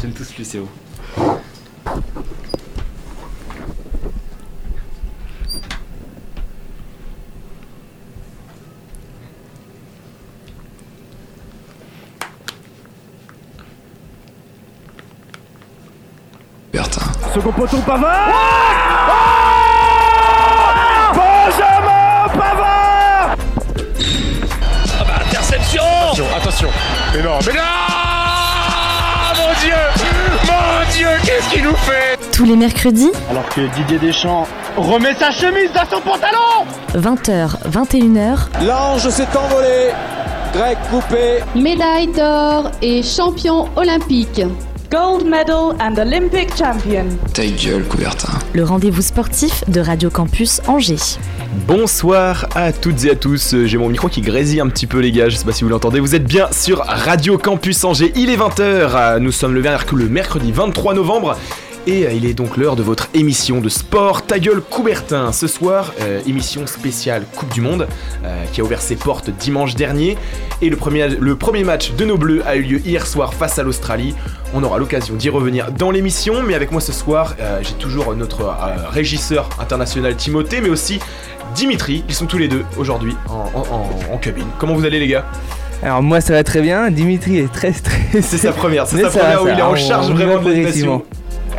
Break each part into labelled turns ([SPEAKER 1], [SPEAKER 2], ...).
[SPEAKER 1] J'aime tous Lucéo.
[SPEAKER 2] Bertin.
[SPEAKER 3] Second poteau, Pavard Oh Benjamin Pavard
[SPEAKER 4] Attention, attention. Mais non, mais non Mon Dieu Mon Dieu, qu'est-ce qu'il nous fait
[SPEAKER 5] Tous les mercredis,
[SPEAKER 6] Alors que Didier Deschamps remet sa chemise dans son pantalon
[SPEAKER 5] 20h, 21h,
[SPEAKER 7] L'ange s'est envolé. Grec coupé.
[SPEAKER 8] Médaille d'or et champion olympique.
[SPEAKER 9] gold medal and Olympic champion.
[SPEAKER 2] Ta gueule, Coubertin.
[SPEAKER 5] le rendez-vous sportif de Radio Campus Angers.
[SPEAKER 10] Bonsoir à toutes et à tous, Euh, j'ai mon micro qui grésille un petit peu les gars, je sais pas si vous l'entendez, vous êtes bien sur Radio Campus Angers, il est 20h, nous sommes le, merc- le mercredi 23 novembre et euh, il est donc l'heure de votre émission de sport Ta gueule Coubertin. Ce soir, euh, émission spéciale Coupe du Monde euh, qui a ouvert ses portes dimanche dernier et le premier, le premier match de nos bleus a eu lieu hier soir face à l'Australie. On aura l'occasion d'y revenir dans l'émission, mais avec moi ce soir, euh, j'ai toujours notre euh, régisseur international Timothée, mais aussi Dimitri, ils sont tous les deux aujourd'hui en, en- en- en cabine. Comment vous allez les gars
[SPEAKER 11] Alors moi ça va très bien, Dimitri est très
[SPEAKER 10] C'est
[SPEAKER 11] stressé.
[SPEAKER 10] sa première, c'est
[SPEAKER 11] Mais
[SPEAKER 10] sa
[SPEAKER 11] ça
[SPEAKER 10] première
[SPEAKER 11] va,
[SPEAKER 10] où
[SPEAKER 11] ça
[SPEAKER 10] il est
[SPEAKER 11] va,
[SPEAKER 10] en
[SPEAKER 11] on-
[SPEAKER 10] charge
[SPEAKER 11] on y va
[SPEAKER 10] vraiment de l'animation.
[SPEAKER 11] progressivement.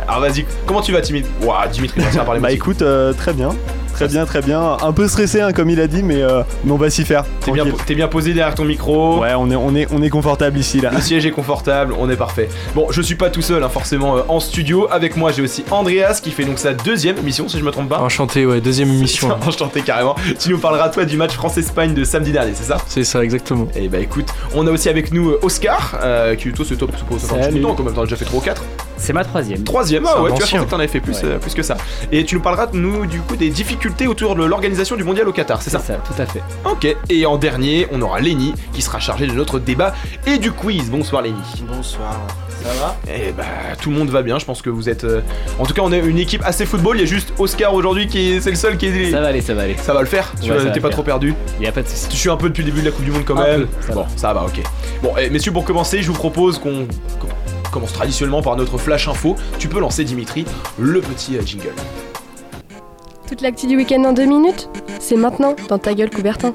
[SPEAKER 10] Alors vas-y, comment tu vas Dimitri Waouh Dimitri, on va parler
[SPEAKER 3] Bah écoute, euh, très bien. Très bien, très bien. Un peu stressé, hein, comme il a dit, mais, euh, mais on va s'y faire.
[SPEAKER 10] T'es bien,
[SPEAKER 3] Tranquille.
[SPEAKER 10] t'es bien posé derrière ton micro.
[SPEAKER 3] Ouais, on est, on, est, on est confortable ici, là.
[SPEAKER 10] Le siège est confortable, on est parfait. Bon, je suis pas tout seul, hein, forcément, euh, en studio. Avec moi, j'ai aussi Andreas qui fait donc sa deuxième émission, si je me trompe pas.
[SPEAKER 7] Enchanté, ouais, deuxième émission.
[SPEAKER 10] Enchanté carrément. Tu nous parleras, toi, du match France-Espagne de samedi dernier, c'est ça
[SPEAKER 7] C'est ça, exactement.
[SPEAKER 10] Et bah écoute, on a aussi avec nous euh, Oscar, euh, qui toi, c'est top, c'est pas c'est pas un petit
[SPEAKER 6] Salut.
[SPEAKER 10] coup de temps, quand même, t'en as déjà fait 3 ou 4.
[SPEAKER 1] C'est ma troisième.
[SPEAKER 10] Troisième,
[SPEAKER 7] C'est
[SPEAKER 10] ah
[SPEAKER 7] un
[SPEAKER 10] ouais, tu as
[SPEAKER 7] ancien.
[SPEAKER 10] pensé que t'en avais fait plus,
[SPEAKER 1] Ouais.
[SPEAKER 10] euh, plus que ça. Et tu nous parleras, nous, du coup, des difficultés autour de l'organisation du mondial au Qatar, c'est
[SPEAKER 1] C'est
[SPEAKER 10] ça
[SPEAKER 1] ça, tout à fait.
[SPEAKER 10] Ok, et en dernier, on aura Lenny qui sera chargé de notre débat et du quiz. Bonsoir Lenny.
[SPEAKER 7] Bonsoir.
[SPEAKER 10] Eh bah, tout le monde va bien, je pense que vous êtes. euh, En tout cas, on est une équipe assez football, il y a juste Oscar aujourd'hui qui est. C'est le seul qui est.
[SPEAKER 1] Ça va aller, ça va aller.
[SPEAKER 10] Ça va le faire Tu
[SPEAKER 1] Ouais,
[SPEAKER 10] vois,
[SPEAKER 1] ça va
[SPEAKER 10] t'es
[SPEAKER 1] le
[SPEAKER 10] pas
[SPEAKER 1] faire.
[SPEAKER 10] trop perdu
[SPEAKER 1] Y a pas de soucis.
[SPEAKER 10] Tu suis un peu depuis le début de la Coupe du Monde quand
[SPEAKER 1] Un
[SPEAKER 10] même
[SPEAKER 1] peu, ça
[SPEAKER 10] Bon, ça va, ok. Bon, eh, messieurs, pour commencer, je vous propose qu'on qu'on commence traditionnellement par notre flash info. Tu peux lancer, Dimitri, le petit euh, jingle.
[SPEAKER 8] Toute l'actu du week-end en deux minutes C'est maintenant dans ta gueule Coubertin.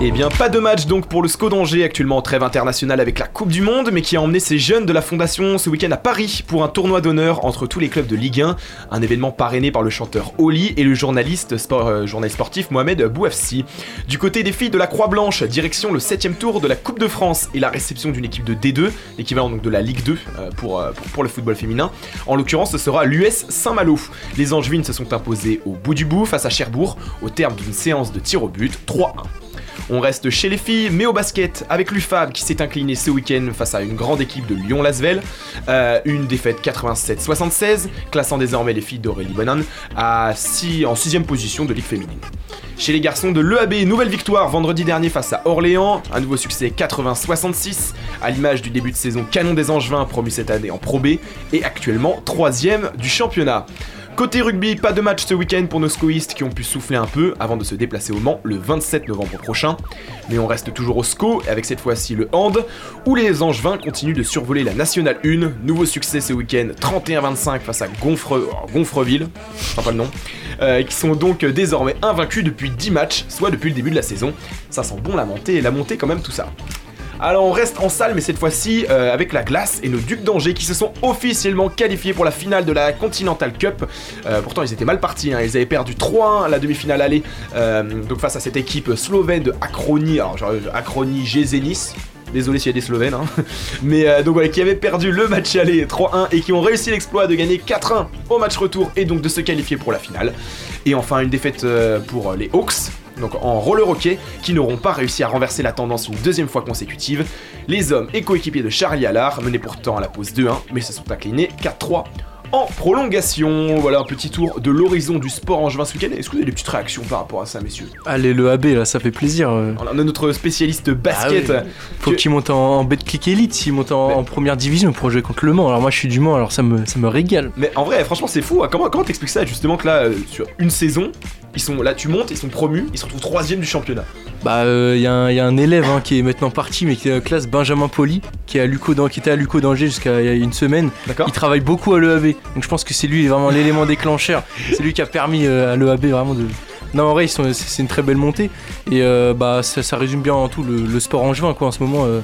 [SPEAKER 10] Eh bien, pas de match donc pour le SCO d'Angers, actuellement en trêve internationale avec la Coupe du Monde, mais qui a emmené ses jeunes de la Fondation ce week-end à Paris pour un tournoi d'honneur entre tous les clubs de Ligue 1, un événement parrainé par le chanteur Oli et le journaliste sport- euh, journaliste sportif Mohamed Bouafsi. Du côté des filles de la Croix-Blanche, direction le 7ème tour de la Coupe de France et la réception d'une équipe de D2, l'équivalent donc de la Ligue 2 euh, pour, euh, pour, pour le football féminin. En l'occurrence, ce sera l'US Saint-Malo. Les Angevines se sont imposées au bout du bout face à Cherbourg au terme d'une séance de tir au but 3-1. On reste chez les filles, mais au basket, avec l'UFAB qui s'est incliné ce week-end face à une grande équipe de Lyon-Lasvel. Euh, une défaite 87-76, classant désormais les filles d'Aurélie Bonan à six- en 6 position de Ligue féminine. Chez les garçons de l'EAB, nouvelle victoire vendredi dernier face à Orléans, un nouveau succès 80-66, à l'image du début de saison canon des Angevins promu cette année en Pro B et actuellement 3ème du championnat. Côté rugby, pas de match ce week-end pour nos scoïstes qui ont pu souffler un peu avant de se déplacer au Mans le 27 novembre prochain. Mais on reste toujours au SCO, avec cette fois-ci le Hand, où les Angevins continuent de survoler la Nationale 1. Nouveau succès ce week-end, 31-25 face à Gonfre... oh, Gonfreville, je sais pas le nom, euh, qui sont donc désormais invaincus depuis 10 matchs, soit depuis le début de la saison. Ça sent bon la montée, et la montée quand même tout ça. Alors on reste en salle mais cette fois-ci euh, avec la glace et nos Ducs d'Angers qui se sont officiellement qualifiés pour la finale de la Continental Cup. Euh, pourtant ils étaient mal partis, hein. ils avaient perdu 3-1 à la demi-finale aller euh, donc face à cette équipe slovène de Acronie, alors genre, euh, Acronie Gézenis. Désolé s'il y a des Slovènes, hein. mais euh, donc voilà, qui avaient perdu le match aller 3-1 et qui ont réussi l'exploit de gagner 4-1 au match retour et donc de se qualifier pour la finale. Et enfin une défaite euh, pour les Hawks, donc en roller hockey, qui n'auront pas réussi à renverser la tendance une deuxième fois consécutive. Les hommes et coéquipiers de Charlie Allard menaient pourtant à la pause 2-1, mais se sont inclinés 4-3. En prolongation, voilà un petit tour de l'horizon du sport en juin ce week-end. Est-ce que vous avez des petites réactions par rapport à ça, messieurs
[SPEAKER 7] Allez, le AB, là, ça fait plaisir. euh.
[SPEAKER 10] On a notre spécialiste basket.
[SPEAKER 7] Ah Faut
[SPEAKER 10] Que-
[SPEAKER 7] qu'il monte en, en Betclic Elite, s'il monte en,
[SPEAKER 10] Mais-
[SPEAKER 7] en première division pour jouer contre Le Mans. Alors moi, je suis du Mans, alors ça me, ça me régale.
[SPEAKER 10] Mais en vrai, franchement, c'est fou. hein. Comment comment t'expliques ça justement que là, euh, sur une saison, Ils sont là, tu montes, ils sont promus, ils se retrouvent troisième du championnat.
[SPEAKER 1] Bah, il
[SPEAKER 7] euh,
[SPEAKER 1] y, a un- y a un élève hein, qui est maintenant parti, mais qui est en classe Benjamin Poli, qui, est à Luco, Dan- qui était à Luco d'Angers jusqu'à il y a une semaine.
[SPEAKER 10] D'accord
[SPEAKER 1] Il travaille beaucoup à l'EAB, donc je pense que c'est lui vraiment l'élément déclencheur. C'est lui qui a permis euh, à l'EAB vraiment de. Non, en vrai, ils sont- c'est c'est une très belle montée. Et euh, bah, ça, ça résume bien en tout le, le sport angevin, quoi. En ce moment, euh,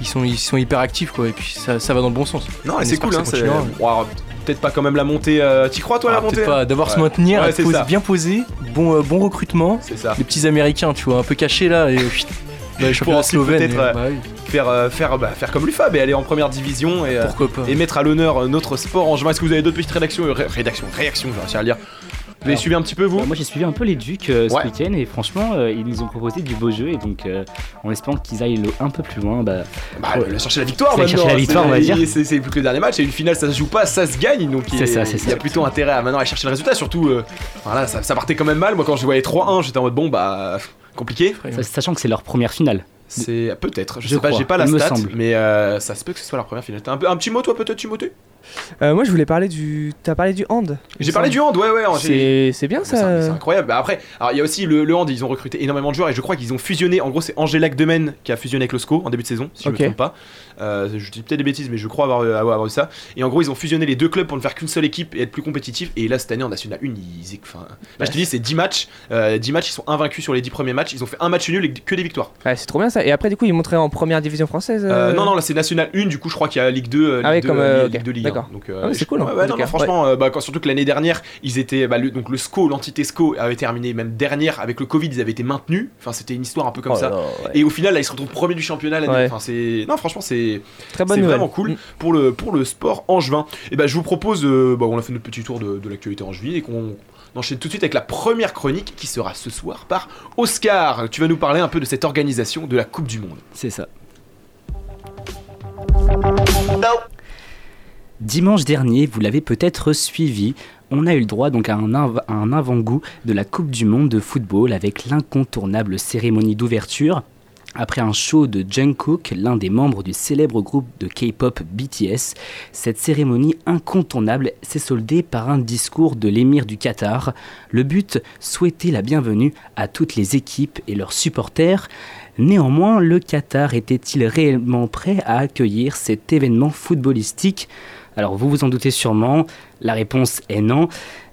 [SPEAKER 1] ils, sont, ils sont hyper actifs, quoi. Et puis ça, ça va dans le bon sens.
[SPEAKER 10] Non,
[SPEAKER 1] On
[SPEAKER 10] mais c'est
[SPEAKER 1] espère
[SPEAKER 10] cool,
[SPEAKER 1] que
[SPEAKER 10] hein.
[SPEAKER 1] ça
[SPEAKER 10] c'est-
[SPEAKER 1] continuera.
[SPEAKER 10] Bon, alors, Peut-être pas quand même la montée. euh, T'y crois, toi,
[SPEAKER 1] Ah,
[SPEAKER 10] la montée
[SPEAKER 1] peut-être pas, d'avoir se
[SPEAKER 10] Ouais.
[SPEAKER 1] maintenir,
[SPEAKER 10] Ouais,
[SPEAKER 1] être
[SPEAKER 10] c'est
[SPEAKER 1] posé-
[SPEAKER 10] ça.
[SPEAKER 1] bien posé, bon, euh, bon recrutement.
[SPEAKER 10] C'est ça.
[SPEAKER 1] Les petits américains, tu vois, un peu cachés là. Et puis, dans les championnats
[SPEAKER 10] ensuite,
[SPEAKER 1] slovènes.
[SPEAKER 10] peut-être,
[SPEAKER 1] et-
[SPEAKER 10] euh,
[SPEAKER 1] bah oui,
[SPEAKER 10] Faire, euh, faire, bah, faire comme l'UFAB et aller en première division et, euh,
[SPEAKER 1] pourquoi pas.
[SPEAKER 10] et mettre à l'honneur euh, notre sport en juin. Est-ce que vous avez d'autres petites rédactions euh, ré- Rédactions, réactions, j'ai réussi à le lire. Vous avez
[SPEAKER 2] Alors,
[SPEAKER 10] suivi un petit peu, vous
[SPEAKER 2] Bah, moi j'ai suivi un peu les Ducs euh, ce
[SPEAKER 10] Ouais.
[SPEAKER 2] week-end et franchement euh, ils nous ont proposé du beau jeu et donc euh, en espérant qu'ils aillent le- un peu plus loin bah
[SPEAKER 10] Bah, elle a cherché la victoire
[SPEAKER 2] Elle a
[SPEAKER 10] maintenant.
[SPEAKER 2] cherché la victoire,
[SPEAKER 10] C'est-
[SPEAKER 2] on va dire.
[SPEAKER 10] C'est c'est plus que le dernier match. Et une finale, ça se joue pas, ça se gagne. Donc il
[SPEAKER 2] C'est ça, c'est
[SPEAKER 10] il y
[SPEAKER 2] ça.
[SPEAKER 10] a plutôt intérêt à maintenant aller chercher le résultat. Surtout, euh, voilà, ça, ça partait quand même mal. Moi, quand je voyais 3-1, j'étais en mode bon, bah, compliqué.
[SPEAKER 2] sa- sachant que c'est leur première finale.
[SPEAKER 10] C'est peut-être. Je,
[SPEAKER 2] Je
[SPEAKER 10] sais pas,
[SPEAKER 2] crois,
[SPEAKER 10] j'ai pas la
[SPEAKER 2] il me
[SPEAKER 10] stat,
[SPEAKER 2] semble.
[SPEAKER 10] mais euh, ça se peut que ce soit leur première finale. T'as Un, peu- un petit mot, toi, peut-être, Timothée
[SPEAKER 11] Euh, moi je voulais parler du. T'as parlé du hand
[SPEAKER 10] J'ai parlé du hand, ouais, ouais. en- j'ai-
[SPEAKER 11] C'est c'est bien
[SPEAKER 10] C'est c'est
[SPEAKER 11] ça.
[SPEAKER 10] incroyable. Bah après, alors il y a aussi le, le hand, ils ont recruté énormément de joueurs et je crois qu'ils ont fusionné. En gros, c'est Angélac Demen qui a fusionné avec Losco en début de saison, si
[SPEAKER 11] Ok.
[SPEAKER 10] je me trompe pas. Euh, je dis peut-être des bêtises, mais je crois avoir, euh, avoir, avoir eu ça. Et en gros, ils ont fusionné les deux clubs pour ne faire qu'une seule équipe et être plus compétitifs. Et là, cette année en National 1, ils. Enfin, là, je te dis, c'est 10 matchs. euh, 10 matchs, ils sont invaincus sur les 10 premiers matchs. Ils ont fait un match nul et que des victoires.
[SPEAKER 11] Ouais, c'est trop bien ça. Et après, du coup, ils montraient en première division française.
[SPEAKER 10] Euh,
[SPEAKER 11] euh,
[SPEAKER 10] non, non, là c'est National 1, du coup je crois qu'il y a Ligue 2, euh, Ligue,
[SPEAKER 11] Ah oui,
[SPEAKER 10] 2
[SPEAKER 11] comme, euh,
[SPEAKER 10] Ligue
[SPEAKER 11] ok,
[SPEAKER 10] 2, Ligue 1.
[SPEAKER 11] d'accord.
[SPEAKER 10] Donc, euh,
[SPEAKER 11] Ah oui, c'est
[SPEAKER 10] je-
[SPEAKER 11] cool, hein,
[SPEAKER 10] ouais, ouais,
[SPEAKER 11] en
[SPEAKER 10] non,
[SPEAKER 11] tout cas.
[SPEAKER 10] non, franchement, euh, bah, quand- surtout que l'année dernière, ils étaient. bah, le- donc le SCO, l'entité SCO, avait terminé même dernière avec le Covid, ils avaient été maintenus. Enfin, c'était une histoire un peu comme
[SPEAKER 11] oh
[SPEAKER 10] ça.
[SPEAKER 11] là là, ouais.
[SPEAKER 10] Et au final, là, ils se retrouvent premiers du championnat l'année.
[SPEAKER 11] Ouais.
[SPEAKER 10] Enfin, c'est. Non, franchement, c'est
[SPEAKER 11] Très bonne
[SPEAKER 10] c'est
[SPEAKER 11] nouvelle.
[SPEAKER 10] vraiment cool
[SPEAKER 11] Mm.
[SPEAKER 10] pour le, pour le sport angevin. Et ben je vous propose, euh, bah, on a fait notre petit tour de, de l'actualité angevine et qu'on enchaîne tout de suite avec la première chronique qui sera ce soir par Oscar. Tu vas nous parler un peu de cette organisation de la Coupe du Monde.
[SPEAKER 2] C'est ça. Dimanche dernier, vous l'avez peut-être suivi, on a eu le droit donc à un, inv- à un avant-goût de la Coupe du Monde de football avec l'incontournable cérémonie d'ouverture. Après un show de Jungkook, l'un des membres du célèbre groupe de K-pop BTS, cette cérémonie incontournable s'est soldée par un discours de l'émir du Qatar. Le but, souhaiter la bienvenue à toutes les équipes et leurs supporters. Néanmoins, le Qatar était-il réellement prêt à accueillir cet événement footballistique Alors vous vous en doutez sûrement, la réponse est non.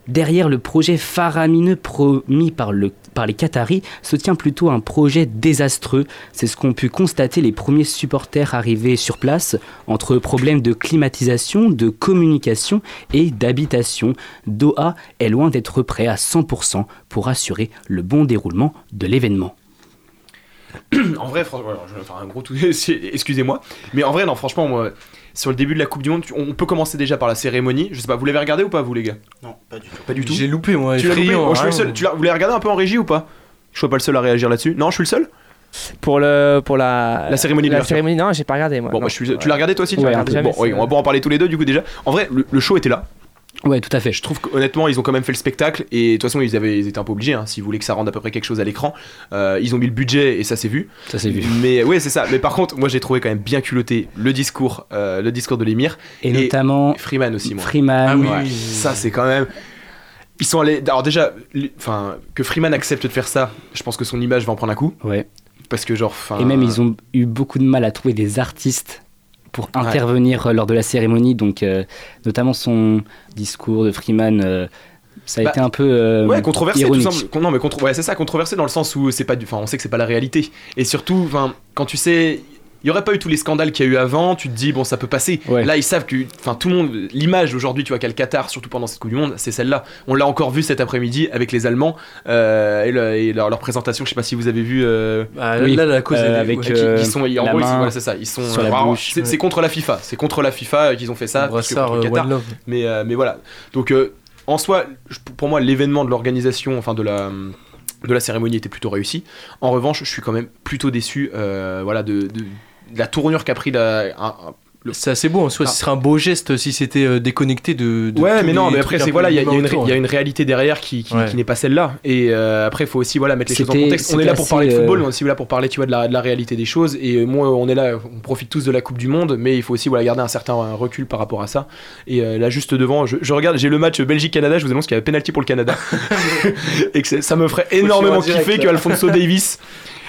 [SPEAKER 2] Derrière le projet faramineux promis par, le- par les Qataris se tient plutôt un projet désastreux. C'est ce qu'ont pu constater les premiers supporters arrivés sur place, entre problèmes de climatisation, de communication et d'habitation. Doha est loin d'être prêt à 100% pour assurer le bon déroulement de l'événement.
[SPEAKER 10] En vrai, franchement, alors, je vais faire un gros tout. c'est- Excusez-moi. Mais en vrai, non, franchement, moi, sur le début de la Coupe du Monde, tu- on peut commencer déjà par la cérémonie. Je sais pas, vous l'avez regardé ou pas, vous les gars
[SPEAKER 6] Non, pas du tout.
[SPEAKER 10] Pas du tout.
[SPEAKER 1] J'ai loupé, moi.
[SPEAKER 10] Tu l'as loupé
[SPEAKER 1] effrayant,
[SPEAKER 10] Moi, je suis le
[SPEAKER 1] hein.
[SPEAKER 10] seul. Tu l'as- vous l'avez regardé un peu en régie ou pas Je suis pas le seul à réagir là-dessus. Non, je suis le seul
[SPEAKER 11] Pour, le, pour la,
[SPEAKER 10] La cérémonie
[SPEAKER 11] La
[SPEAKER 10] d'ouverture.
[SPEAKER 11] cérémonie, non, j'ai pas regardé moi.
[SPEAKER 10] Bon,
[SPEAKER 11] non.
[SPEAKER 10] bah, je suis le seul. Tu l'as regardé toi aussi tu l'as
[SPEAKER 2] Ouais,
[SPEAKER 10] regardé
[SPEAKER 11] jamais,
[SPEAKER 10] Bon, oui,
[SPEAKER 11] c'est-
[SPEAKER 10] on va pouvoir en parler tous les deux du coup déjà. En vrai, le, le show était là.
[SPEAKER 2] Ouais, tout à fait.
[SPEAKER 10] Je trouve qu'honnêtement, ils ont quand même fait le spectacle et de toute façon, ils, avaient, ils étaient un peu obligés. hein, S'ils voulaient que ça rende à peu près quelque chose à l'écran, Euh, ils ont mis le budget et ça s'est vu.
[SPEAKER 2] Ça c'est vu.
[SPEAKER 10] Mais ouais, c'est ça. Mais par contre, moi, j'ai trouvé quand même bien culotté le discours, euh, le discours de l'émir.
[SPEAKER 2] Et,
[SPEAKER 10] Et-
[SPEAKER 2] notamment
[SPEAKER 10] Freeman aussi, moi.
[SPEAKER 2] Freeman.
[SPEAKER 1] Ah oui,
[SPEAKER 10] Ouais, Ça, c'est quand même. Ils sont allés. Alors, déjà, les- enfin, que Freeman accepte de faire ça, je pense que son image va en prendre un coup.
[SPEAKER 2] Ouais.
[SPEAKER 10] Parce que, genre. enfin,
[SPEAKER 2] Et même ils ont eu beaucoup de mal à trouver des artistes pour intervenir euh, lors de la cérémonie, donc euh, notamment son discours de Freeman, euh, ça a
[SPEAKER 10] Bah,
[SPEAKER 2] été un peu euh,
[SPEAKER 10] Ouais, controversé, tout
[SPEAKER 2] ironique.
[SPEAKER 10] simple. Con- Non, mais contro- ouais, c'est ça, controversé dans le sens où c'est pas du. Enfin, on sait que c'est pas la réalité. Et surtout, enfin, quand tu sais. Il y aurait pas eu tous les scandales qu'il y a eu avant, tu te dis, bon, ça peut passer.
[SPEAKER 2] Ouais.
[SPEAKER 10] Là, ils savent que. Enfin, tout le monde. L'image aujourd'hui, tu vois, qu'a le Qatar, surtout pendant cette Coupe du Monde, c'est celle-là. On l'a encore vu cet après-midi avec les Allemands euh, et, le- et leur, leur présentation. Je sais pas si vous avez vu. euh,
[SPEAKER 1] Bah, là,
[SPEAKER 2] Oui,
[SPEAKER 1] là, la cause,
[SPEAKER 2] euh,
[SPEAKER 1] elle est-
[SPEAKER 2] avec,
[SPEAKER 1] ouais.
[SPEAKER 10] Ouais, qui-
[SPEAKER 2] euh,
[SPEAKER 10] qui sont, en
[SPEAKER 2] la
[SPEAKER 10] gros, ils sont-
[SPEAKER 2] main
[SPEAKER 10] voilà, c'est ça. Ils sont. euh,
[SPEAKER 2] sur la
[SPEAKER 10] vraiment-
[SPEAKER 2] bouche,
[SPEAKER 10] c'est
[SPEAKER 2] ouais.
[SPEAKER 10] c'est contre la FIFA. C'est contre la FIFA euh, qu'ils ont fait ça. parce que
[SPEAKER 1] Brassard,
[SPEAKER 10] contre le
[SPEAKER 1] euh,
[SPEAKER 10] Qatar.
[SPEAKER 1] One Love.
[SPEAKER 10] Mais, euh, mais voilà. Donc, euh, en soi, je- pour moi, l'événement de l'organisation, enfin de la euh, de la cérémonie était plutôt réussi. En revanche, je suis quand même plutôt déçu, euh, voilà, de, de- de la tournure qu'a pris la, un- un-
[SPEAKER 1] C'est assez beau en soi,
[SPEAKER 10] Ah.
[SPEAKER 1] ce serait un beau geste si c'était euh, déconnecté de. de
[SPEAKER 10] ouais,
[SPEAKER 1] tous
[SPEAKER 10] mais non,
[SPEAKER 1] les
[SPEAKER 10] mais après,
[SPEAKER 1] trucs un
[SPEAKER 10] c'est
[SPEAKER 1] peu
[SPEAKER 10] voilà, il y, a- il y a une ré-
[SPEAKER 1] autour, hein.
[SPEAKER 10] il y a
[SPEAKER 1] ouais.
[SPEAKER 10] une réalité derrière qui, qui-
[SPEAKER 1] Ouais.
[SPEAKER 10] qui n'est pas celle-là. Et euh, après, il faut aussi voilà mettre les choses en
[SPEAKER 2] C'était-
[SPEAKER 10] contexte. On est
[SPEAKER 2] c'était
[SPEAKER 10] là pour
[SPEAKER 2] assez,
[SPEAKER 10] parler de
[SPEAKER 2] euh,
[SPEAKER 10] football, on est aussi là pour parler, tu vois, de la, de la réalité des choses. Et euh, moi, on est là, on profite tous de la Coupe du Monde, mais il faut aussi voilà garder un certain euh, recul par rapport à ça. Et euh, là, juste devant, je, je regarde, j'ai le match Belgique-Canada. Je vous annonce qu'il y a pénalty pour le Canada. et que c'est- ça me ferait énormément
[SPEAKER 1] en direct,
[SPEAKER 10] kiffer que
[SPEAKER 1] là.
[SPEAKER 10] Alfonso Davis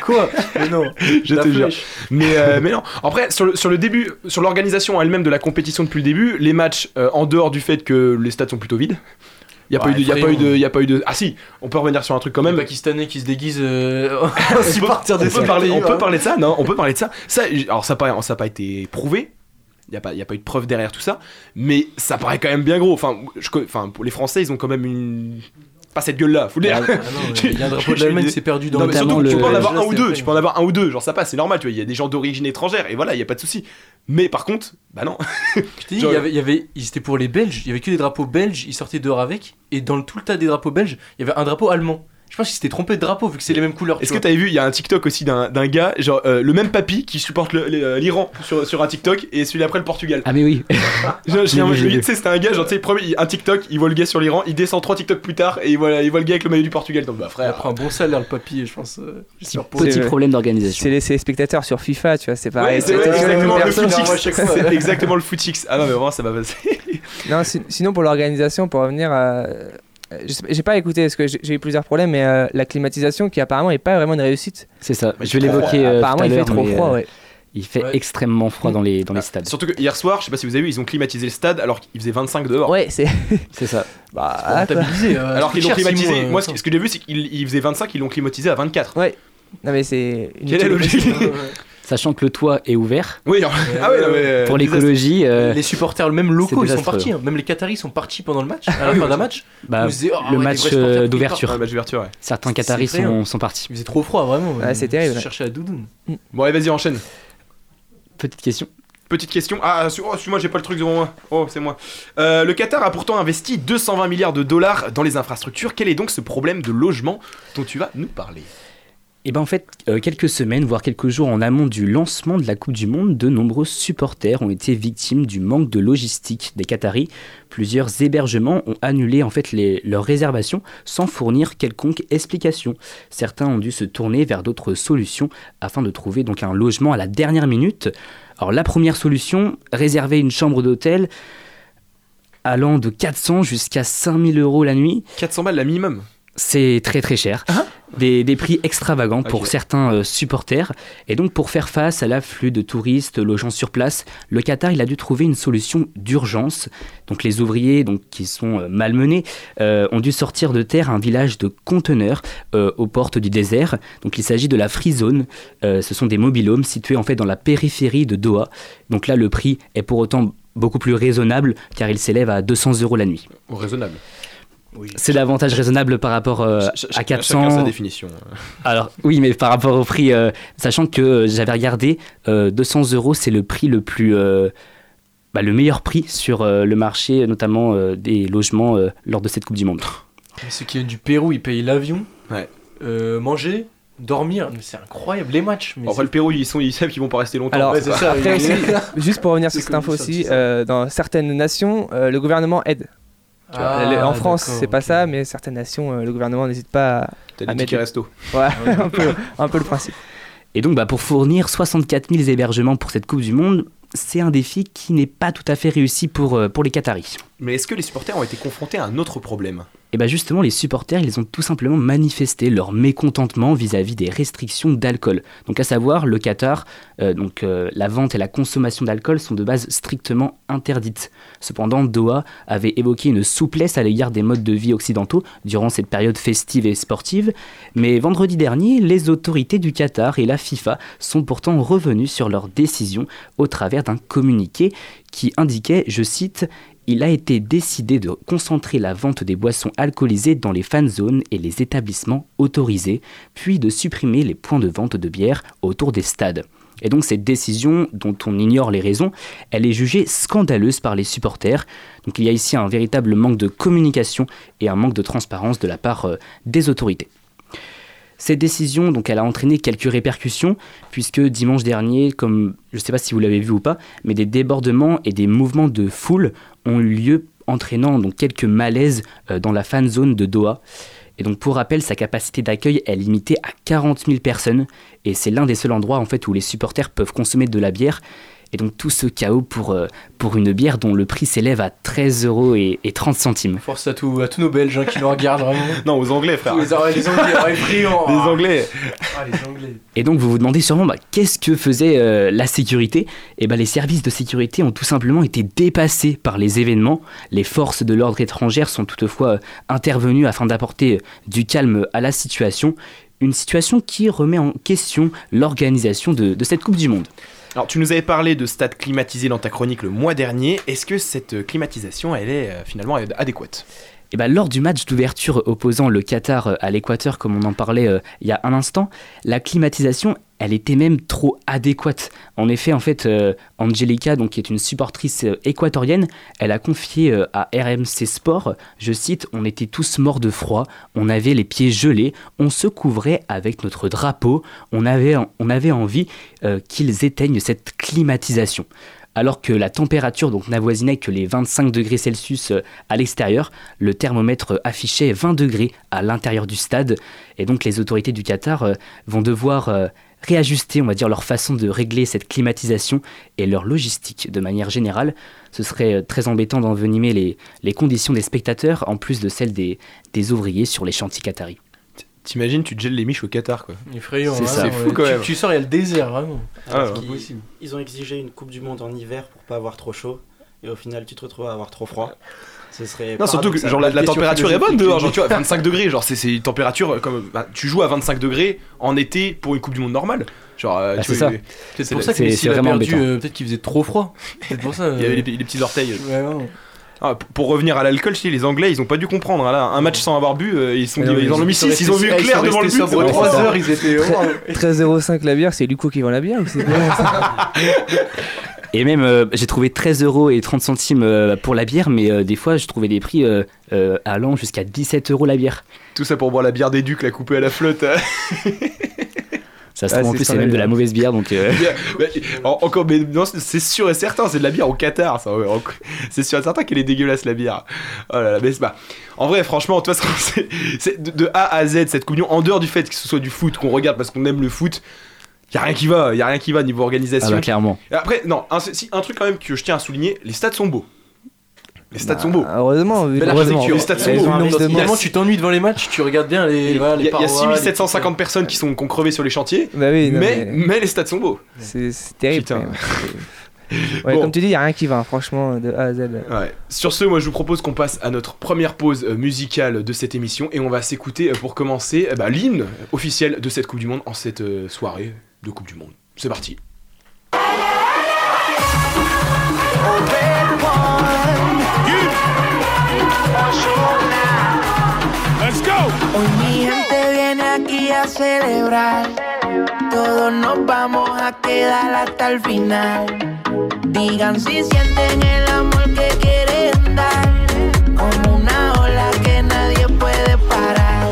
[SPEAKER 1] Quoi Mais non
[SPEAKER 10] je
[SPEAKER 1] La
[SPEAKER 10] te jure.
[SPEAKER 1] flèche.
[SPEAKER 10] Mais, euh, mais non. Après, sur le, sur le début, sur l'organisation elle-même de la compétition depuis le début, les matchs, euh, en dehors du fait que les stades sont plutôt vides, il n'y a, pas
[SPEAKER 1] Ouais,
[SPEAKER 10] eu de- y a pas eu
[SPEAKER 1] effrayant.
[SPEAKER 10] de- y a pas eu de. Ah si, on peut revenir sur un truc quand
[SPEAKER 1] Même
[SPEAKER 10] même.
[SPEAKER 1] Pakistanais qui se déguise. euh,
[SPEAKER 10] On
[SPEAKER 1] en
[SPEAKER 10] peut-
[SPEAKER 1] supporter
[SPEAKER 10] on
[SPEAKER 1] de
[SPEAKER 10] peut
[SPEAKER 1] son
[SPEAKER 10] parler,
[SPEAKER 1] pays,
[SPEAKER 10] on
[SPEAKER 1] hein.
[SPEAKER 10] peut parler de ça, non, on peut parler de ça. ça j- alors ça n'a pas, ça a pas été prouvé, il n'y a, pas- y a pas eu de preuve derrière tout ça, mais ça paraît quand même bien gros. Enfin, je co- enfin pour les Français, ils ont quand même une... Pas cette gueule-là, faut le dire.
[SPEAKER 1] Ah non, Il y a un drapeau de l'Allemagne qui s'est perdu dans
[SPEAKER 10] Non,
[SPEAKER 1] le euh,
[SPEAKER 10] mais surtout,
[SPEAKER 2] Notamment
[SPEAKER 10] tu
[SPEAKER 2] le-
[SPEAKER 10] peux en avoir
[SPEAKER 1] le
[SPEAKER 10] un ou
[SPEAKER 1] geste,
[SPEAKER 10] deux,
[SPEAKER 1] après.
[SPEAKER 10] tu peux en avoir un ou deux, genre ça passe, c'est normal, tu vois, il y a des gens d'origine étrangère, et voilà, il y a pas de souci. Mais par contre, bah non.
[SPEAKER 1] Je t'ai dit, il y avait, il y avait- ils étaient pour les Belges, il y avait que des drapeaux belges, ils sortaient dehors avec, et dans le- tout le tas des drapeaux belges, il y avait un drapeau allemand. Je pense qu'ils s'étaient trompés de drapeau vu que c'est les mêmes couleurs. tu
[SPEAKER 10] Est-ce que
[SPEAKER 1] vois.
[SPEAKER 10] t'avais vu, il y a un TikTok aussi d'un d'un gars, genre euh, le même papy qui supporte le- le- euh, l'Iran sur, sur un TikTok, et celui d'après le Portugal.
[SPEAKER 2] Ah mais oui,
[SPEAKER 10] Genre, je-
[SPEAKER 2] oui,
[SPEAKER 10] je-
[SPEAKER 2] oui.
[SPEAKER 10] Tu sais, c'était un gars, genre, tu sais, premier, un TikTok, il voit le gars sur l'Iran, il descend trois TikTok plus tard, et il voit, il voit le gars avec le maillot du Portugal. Donc bah
[SPEAKER 1] Il a
[SPEAKER 10] frère,
[SPEAKER 1] pris un bon salaire le papy, je pense. euh, sur pour-
[SPEAKER 2] petit
[SPEAKER 11] vrai.
[SPEAKER 2] problème d'organisation.
[SPEAKER 11] C'est les, c'est les spectateurs sur FIFA, tu vois, c'est
[SPEAKER 10] Ouais,
[SPEAKER 11] pareil.
[SPEAKER 10] c'est vrai,
[SPEAKER 11] c'est- c'est-
[SPEAKER 10] exactement le
[SPEAKER 11] personne-
[SPEAKER 10] footix.
[SPEAKER 1] à chaque fois.
[SPEAKER 10] C'est exactement le footix. Ah non, mais vraiment, ça m'a passé.
[SPEAKER 11] Non, si- sinon pour l'organisation, pour revenir à... je sais pas- J'ai pas écouté parce que j'ai j'ai eu plusieurs problèmes, mais euh, la climatisation qui apparemment est pas vraiment une réussite.
[SPEAKER 2] C'est ça.
[SPEAKER 10] Mais
[SPEAKER 2] je
[SPEAKER 10] il
[SPEAKER 2] vais
[SPEAKER 10] fait trop
[SPEAKER 2] l'évoquer. euh, tout
[SPEAKER 11] apparemment
[SPEAKER 2] à
[SPEAKER 11] il fait
[SPEAKER 2] l'heure,
[SPEAKER 11] trop
[SPEAKER 2] mais,
[SPEAKER 11] froid,
[SPEAKER 2] euh,
[SPEAKER 11] ouais.
[SPEAKER 2] Il fait
[SPEAKER 1] Ouais.
[SPEAKER 2] extrêmement froid dans les dans les stades.
[SPEAKER 10] Surtout que hier soir, je sais pas si vous avez vu, ils ont climatisé le stade alors qu'il faisait 25 dehors.
[SPEAKER 11] Ouais, c'est.
[SPEAKER 2] C'est ça.
[SPEAKER 11] Bah,
[SPEAKER 1] pour rentabiliser, euh,
[SPEAKER 10] Alors
[SPEAKER 1] c'est
[SPEAKER 10] qu'ils l'ont
[SPEAKER 1] cher, six
[SPEAKER 10] climatisé.
[SPEAKER 1] mois, euh,
[SPEAKER 10] Moi, ce que- ce que j'ai vu, c'est qu'ils ils faisaient 25, ils l'ont climatisé à 24.
[SPEAKER 11] Non mais c'est. une
[SPEAKER 10] Quel est
[SPEAKER 11] utopie.
[SPEAKER 10] l'objectif
[SPEAKER 2] Sachant que le toit est ouvert
[SPEAKER 10] Oui, alors- ah ouais, non, mais, euh,
[SPEAKER 2] pour
[SPEAKER 10] désastre.
[SPEAKER 2] l'écologie. euh,
[SPEAKER 1] Les supporters même locaux,
[SPEAKER 2] C'est
[SPEAKER 1] ils sont
[SPEAKER 2] désastreux.
[SPEAKER 1] partis. hein. Même les Qataris sont partis pendant le match, à la fin d'un match.
[SPEAKER 2] bah,
[SPEAKER 1] Ils nous disaient, Oh, ouais,
[SPEAKER 2] le
[SPEAKER 1] des
[SPEAKER 2] match
[SPEAKER 1] vrais supporters
[SPEAKER 2] euh,
[SPEAKER 1] qui
[SPEAKER 10] Ouais, bah,
[SPEAKER 2] d'ouverture.
[SPEAKER 10] match d'ouverture, ouais.
[SPEAKER 2] Certains
[SPEAKER 1] C'est-
[SPEAKER 2] Qataris
[SPEAKER 1] c'est vrai,
[SPEAKER 2] sont, sont partis.
[SPEAKER 1] Il faisait trop froid, vraiment.
[SPEAKER 11] Ouais, c'est
[SPEAKER 1] Ils
[SPEAKER 11] terrible,
[SPEAKER 1] se
[SPEAKER 11] ouais.
[SPEAKER 1] cherchaient la doudoune.
[SPEAKER 10] Bon, allez, vas-y, enchaîne.
[SPEAKER 2] Petite question.
[SPEAKER 10] Petite question. Ah, su- oh, moi j'ai pas le truc devant moi. Oh, c'est moi. Euh, le Qatar a pourtant investi 220 milliards de dollars dans les infrastructures. Quel est donc ce problème de logement dont tu vas nous parler
[SPEAKER 2] Et ben en fait, euh, quelques semaines, voire quelques jours en amont du lancement de la Coupe du Monde, de nombreux supporters ont été victimes du manque de logistique des Qataris. Plusieurs hébergements ont annulé en fait les- leurs réservations sans fournir quelconque explication. Certains ont dû se tourner vers d'autres solutions afin de trouver donc un logement à la dernière minute. Alors la première solution, réserver une chambre d'hôtel allant de 400 jusqu'à 5000 euros la nuit.
[SPEAKER 10] 400 balles la minimum.
[SPEAKER 2] C'est très très cher. des, des prix extravagants pour
[SPEAKER 10] Ah. Ok.
[SPEAKER 2] certains euh, supporters. Et donc pour faire face à l'afflux de touristes logeant sur place, le Qatar il a dû trouver une solution d'urgence. Donc les ouvriers donc, qui sont euh, malmenés euh, ont dû sortir de terre un village de conteneurs euh, aux portes du désert. Donc il s'agit de la Free Zone. Euh, ce sont des mobilhomes situés en fait dans la périphérie de Doha. Donc là le prix est pour autant beaucoup plus raisonnable car il s'élève à 200 euros la nuit.
[SPEAKER 10] Oh, raisonnable.
[SPEAKER 2] Mmh. C'est l'avantage raisonnable par rapport euh,
[SPEAKER 10] Ch- ch-
[SPEAKER 2] à
[SPEAKER 10] Chacun sa
[SPEAKER 2] 400
[SPEAKER 10] définition.
[SPEAKER 2] alors oui, mais par rapport au prix, euh, sachant que euh, j'avais regardé, euh, 200 euros, c'est le prix le plus, euh, bah, le meilleur prix sur euh, le marché, notamment euh, des logements euh, lors de cette Coupe du Monde.
[SPEAKER 1] Mais Ceux qui viennent du Pérou, ils payent l'avion,
[SPEAKER 10] Ouais.
[SPEAKER 1] euh, manger, dormir. Mais c'est incroyable, les matchs. Mais
[SPEAKER 10] Enfin, le Pérou, ils, sont, ils savent qu'ils vont pas rester longtemps.
[SPEAKER 11] Alors,
[SPEAKER 1] Ouais, c'est ça.
[SPEAKER 11] Après
[SPEAKER 1] ils-
[SPEAKER 11] aussi, juste pour revenir sur
[SPEAKER 1] C'est
[SPEAKER 11] cette info
[SPEAKER 1] connu, ça,
[SPEAKER 11] aussi,
[SPEAKER 1] c'est ça.
[SPEAKER 11] euh, dans certaines nations, euh, le gouvernement aide. Tu vois.
[SPEAKER 1] Ah,
[SPEAKER 11] Le- en France,
[SPEAKER 1] d'accord,
[SPEAKER 11] c'est pas
[SPEAKER 1] ok.
[SPEAKER 11] ça, mais certaines nations, euh, le gouvernement n'hésite pas à.
[SPEAKER 10] T'as des
[SPEAKER 11] Ah, mais-
[SPEAKER 10] tickets resto.
[SPEAKER 11] Voilà, un, peu, un peu le principe.
[SPEAKER 2] Et donc, bah, pour fournir 64 000 hébergements pour cette Coupe du Monde, c'est un défi qui n'est pas tout à fait réussi pour, euh, pour les Qataris.
[SPEAKER 10] Mais est-ce que les supporters ont été confrontés à un autre problème
[SPEAKER 2] Et bien justement, les supporters, ils ont tout simplement manifesté leur mécontentement vis-à-vis des restrictions d'alcool. Donc à savoir, le Qatar, euh, donc euh, la vente et la consommation d'alcool sont de base strictement interdites. Cependant, Doha avait évoqué une souplesse à l'égard des modes de vie occidentaux durant cette période festive et sportive. Mais vendredi dernier, les autorités du Qatar et la FIFA sont pourtant revenus sur leur décision au travers d'un communiqué qui indiquait, je cite, il a été décidé de concentrer la vente des boissons alcoolisées dans les fan zones et les établissements autorisés, puis de supprimer les points de vente de bière autour des stades. Et donc cette décision, dont on ignore les raisons, elle est jugée scandaleuse par les supporters. Donc il y a ici un véritable manque de communication et un manque de transparence de la part euh, des autorités. Cette décision, donc, elle a entraîné quelques répercussions, puisque dimanche dernier, comme je ne sais pas si vous l'avez vu ou pas, mais des débordements et des mouvements de foule ont eu lieu, entraînant donc quelques malaises euh, dans la fan zone de Doha. Et donc, pour rappel, sa capacité d'accueil est limitée à 40 000 personnes, et c'est l'un des seuls endroits en fait où les supporters peuvent consommer de la bière. Et donc tout ce chaos pour, euh, pour une bière dont le prix s'élève à 13 euros et, et 30 centimes.
[SPEAKER 1] Force à, tout, à tous nos Belges hein, qui nous regardent vraiment.
[SPEAKER 10] Non, aux Anglais, frère.
[SPEAKER 1] Tous les, ah ouais, les Anglais, ouais, friands,
[SPEAKER 10] Les
[SPEAKER 1] ah.
[SPEAKER 10] Anglais.
[SPEAKER 1] Ah, les Anglais.
[SPEAKER 2] Et donc vous vous demandez sûrement bah, qu'est-ce que faisait euh, la sécurité Et ben les services de sécurité ont tout simplement été dépassés par les événements. Les forces de l'ordre étrangères sont toutefois euh, intervenues afin d'apporter euh, du calme à la situation. Une situation qui remet en question l'organisation de- de cette Coupe du Monde.
[SPEAKER 10] Alors, tu nous avais parlé de stade climatisé dans ta chronique le mois dernier. Est-ce que cette euh, climatisation, elle est euh, finalement ad- adéquate
[SPEAKER 2] Eh ben, lors du match d'ouverture opposant le Qatar euh, à l'Équateur, comme on en parlait euh, il y a un instant, la climatisation, elle était même trop adéquate. En effet, en fait, euh, Angelica, donc, qui est une supportrice euh, équatorienne, elle a confié euh, à RMC Sport, je cite, On était tous morts de froid, on avait les pieds gelés, on se couvrait avec notre drapeau, on avait, on avait envie euh, qu'ils éteignent cette climatisation alors que la température donc n'avoisinait que les 25 degrés Celsius euh, à l'extérieur, le thermomètre euh, affichait 20 degrés à l'intérieur du stade et donc les autorités du Qatar euh, vont devoir euh, réajuster, on va dire leur façon de régler cette climatisation et leur logistique de manière générale. Ce serait euh, très embêtant d'envenimer les, les conditions des spectateurs en plus de celles des, des ouvriers sur les chantiers qataris.
[SPEAKER 10] T'imagines, tu te gèles les miches au Qatar, quoi.
[SPEAKER 1] Effrayant,
[SPEAKER 10] C'est
[SPEAKER 1] hein,
[SPEAKER 10] ça.
[SPEAKER 1] ouais.
[SPEAKER 10] C'est fou, quand
[SPEAKER 1] Tu-
[SPEAKER 10] même.
[SPEAKER 1] Tu, sors, il y a le désert, vraiment.
[SPEAKER 10] Ah,
[SPEAKER 1] C'est
[SPEAKER 10] ouais.
[SPEAKER 1] pas possible.
[SPEAKER 12] Ils ont exigé une Coupe du Monde en hiver pour pas avoir trop chaud. Et au final, tu te retrouves à avoir trop froid. Ce serait.
[SPEAKER 10] Non, surtout que
[SPEAKER 12] paradoxal.
[SPEAKER 10] genre, la, la
[SPEAKER 12] Question
[SPEAKER 10] température est bonne
[SPEAKER 12] philosophique.
[SPEAKER 10] dehors, genre tu vois, 25 degrés, genre c'est c'est une température euh, comme. bah, tu joues à 25 degrés en été pour une Coupe du Monde normale. Genre, euh,
[SPEAKER 2] Bah,
[SPEAKER 10] tu
[SPEAKER 2] c'est
[SPEAKER 10] vois,
[SPEAKER 2] ça.
[SPEAKER 10] il-
[SPEAKER 1] C'est
[SPEAKER 10] c'est
[SPEAKER 1] pour
[SPEAKER 10] la-
[SPEAKER 1] ça que
[SPEAKER 10] c'est-
[SPEAKER 1] Messi
[SPEAKER 10] c'est
[SPEAKER 1] l'a
[SPEAKER 10] vraiment
[SPEAKER 1] perdu,
[SPEAKER 10] embêtant.
[SPEAKER 1] euh, peut-être qu'il faisait trop froid. C'est pour ça.
[SPEAKER 10] Il y avait les,
[SPEAKER 1] euh,
[SPEAKER 10] les petits orteils.
[SPEAKER 1] Ouais, vraiment.
[SPEAKER 10] Ah, p- pour revenir à l'alcool, je dis, les Anglais, ils ont pas dû comprendre. hein, là, un match sans avoir bu, euh, ils sont
[SPEAKER 1] Mais
[SPEAKER 10] dit,
[SPEAKER 1] Ah non,
[SPEAKER 10] ils,
[SPEAKER 1] ils
[SPEAKER 10] ont
[SPEAKER 1] sont-
[SPEAKER 10] mis
[SPEAKER 1] ils sont
[SPEAKER 10] 6, ils ont vu
[SPEAKER 1] restés-
[SPEAKER 10] clair
[SPEAKER 1] ils sont
[SPEAKER 10] devant le
[SPEAKER 1] restés
[SPEAKER 10] but.
[SPEAKER 1] sobres
[SPEAKER 10] pendant
[SPEAKER 1] trois
[SPEAKER 10] trois
[SPEAKER 1] heures, ils étaient-
[SPEAKER 11] 13,05 la bière, c'est Luco qui vend la bière ou c'est quoi ça
[SPEAKER 2] Et même, euh, j'ai trouvé 13 euros et 30 centimes euh, pour la bière, mais euh, des fois, je trouvais des prix euh, euh, allant jusqu'à 17 euros la bière.
[SPEAKER 10] Tout ça pour boire la bière des Ducs, la couper à la flotte.
[SPEAKER 2] Ça se
[SPEAKER 10] Ah,
[SPEAKER 2] trouve, en
[SPEAKER 10] c'est
[SPEAKER 2] plus, c'est
[SPEAKER 10] pas
[SPEAKER 2] même
[SPEAKER 10] mal.
[SPEAKER 2] de la mauvaise bière, donc... euh,
[SPEAKER 10] Bien, bah, en- encore, mais non, c'est- c'est sûr et certain, c'est de la bière au Qatar, ça. ouais, en- C'est sûr et certain qu'elle est dégueulasse la bière. Oh là là, mais c'est pas- En vrai, franchement, toi, c'est c'est de, de A à Z cette communion. En dehors du fait que ce soit du foot qu'on regarde parce qu'on aime le foot, y a rien qui va, y a rien qui va niveau organisation.
[SPEAKER 2] Ah bah, clairement.
[SPEAKER 10] Et après, non, un, si, un truc quand même que je tiens à souligner, les stades sont beaux. Les stades
[SPEAKER 11] Bah,
[SPEAKER 10] sont beaux.
[SPEAKER 11] Heureusement, vu-
[SPEAKER 10] Belle architecture,
[SPEAKER 1] hein.
[SPEAKER 10] les stades sont beaux.
[SPEAKER 1] Finalement,
[SPEAKER 10] Il y a-
[SPEAKER 1] tu t'ennuies devant les matchs, tu regardes bien les, voilà,
[SPEAKER 10] Il
[SPEAKER 1] les
[SPEAKER 10] y a, il y a
[SPEAKER 1] parois, les-
[SPEAKER 10] 6750 personnes qui sont qui ont crevé sur les chantiers,
[SPEAKER 11] Bah oui, non,
[SPEAKER 10] mais,
[SPEAKER 11] mais-
[SPEAKER 10] mais les stades sont beaux.
[SPEAKER 11] C'est c'est terrible.
[SPEAKER 10] Putain.
[SPEAKER 11] quand même. Ouais,
[SPEAKER 10] Bon.
[SPEAKER 11] Comme tu dis, il a rien qui va, franchement, de A à Z.
[SPEAKER 10] Ouais. Sur ce, moi je vous propose qu'on passe à notre première pause euh, musicale de cette émission et on va s'écouter euh, pour commencer euh, bah, l'hymne officiel de cette Coupe du Monde en cette euh, soirée de Coupe du Monde. C'est parti.
[SPEAKER 13] Let's go!
[SPEAKER 14] Hoy mi gente viene aquí a celebrar. Todos nos vamos a quedar hasta el final. Digan si sienten el amor que quieren dar. Como una ola que nadie puede parar.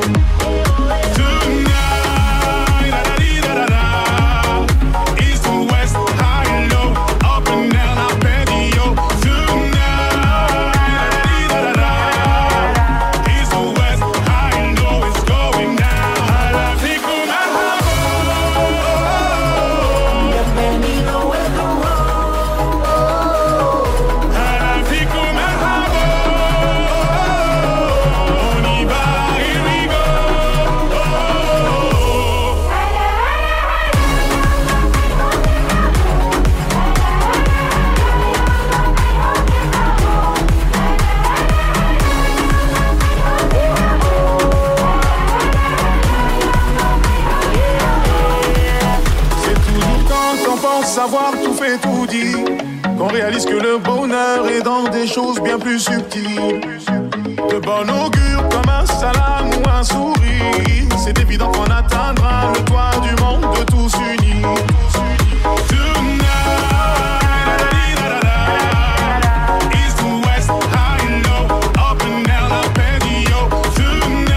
[SPEAKER 13] East and west, high and low, up and down, I bet you tonight. Da-da-da-da-da. East and west, high and low, it's going down. I love you, my love. I love you, my love. Oniba, here we go. C'est toujours quand on pense savoir tout fait, tout dit, qu'on réalise que le bonheur est dans des choses bien plus subtiles. De bon augure comme un salam ou un sourire, c'est évident qu'on atteindra le toit du monde de tous unis. Tonight, east and west, high and low, up and down, up and yo. Tonight,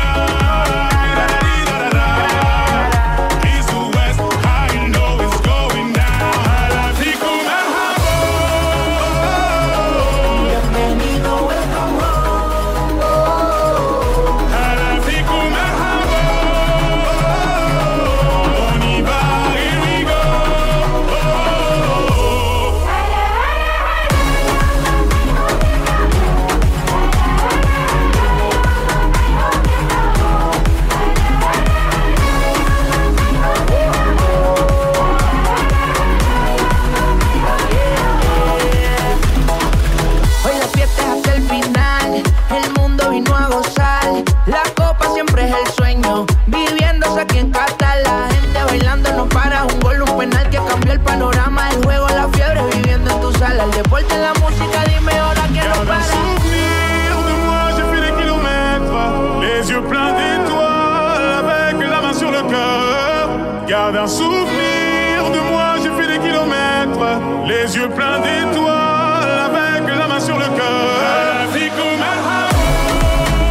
[SPEAKER 4] yeux pleins d'étoiles, avec la main sur le cœur. Garde un souvenir de moi, j'ai fait des kilomètres. Les yeux pleins d'étoiles, avec la main sur le cœur. Rafiko Marhaba.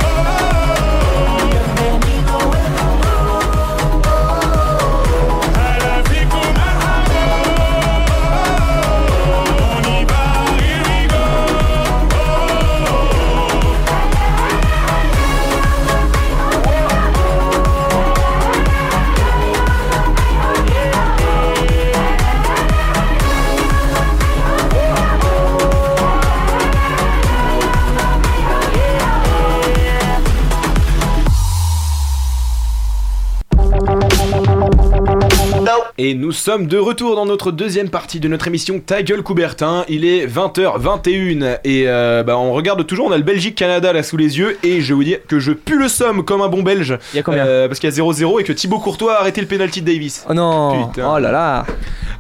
[SPEAKER 10] Et nous sommes de retour dans notre deuxième partie de notre émission Ta gueule Coubertin. Il est 20h21 et euh, bah, on regarde toujours, on a le Belgique-Canada là sous les yeux et je vais vous dire que je pue le somme comme un bon belge. Euh,
[SPEAKER 11] Il y a combien
[SPEAKER 10] Parce qu'il y a 0-0 et que Thibaut Courtois a arrêté le penalty de Davis.
[SPEAKER 11] Euh, Oh non
[SPEAKER 10] Putain.
[SPEAKER 11] Oh là là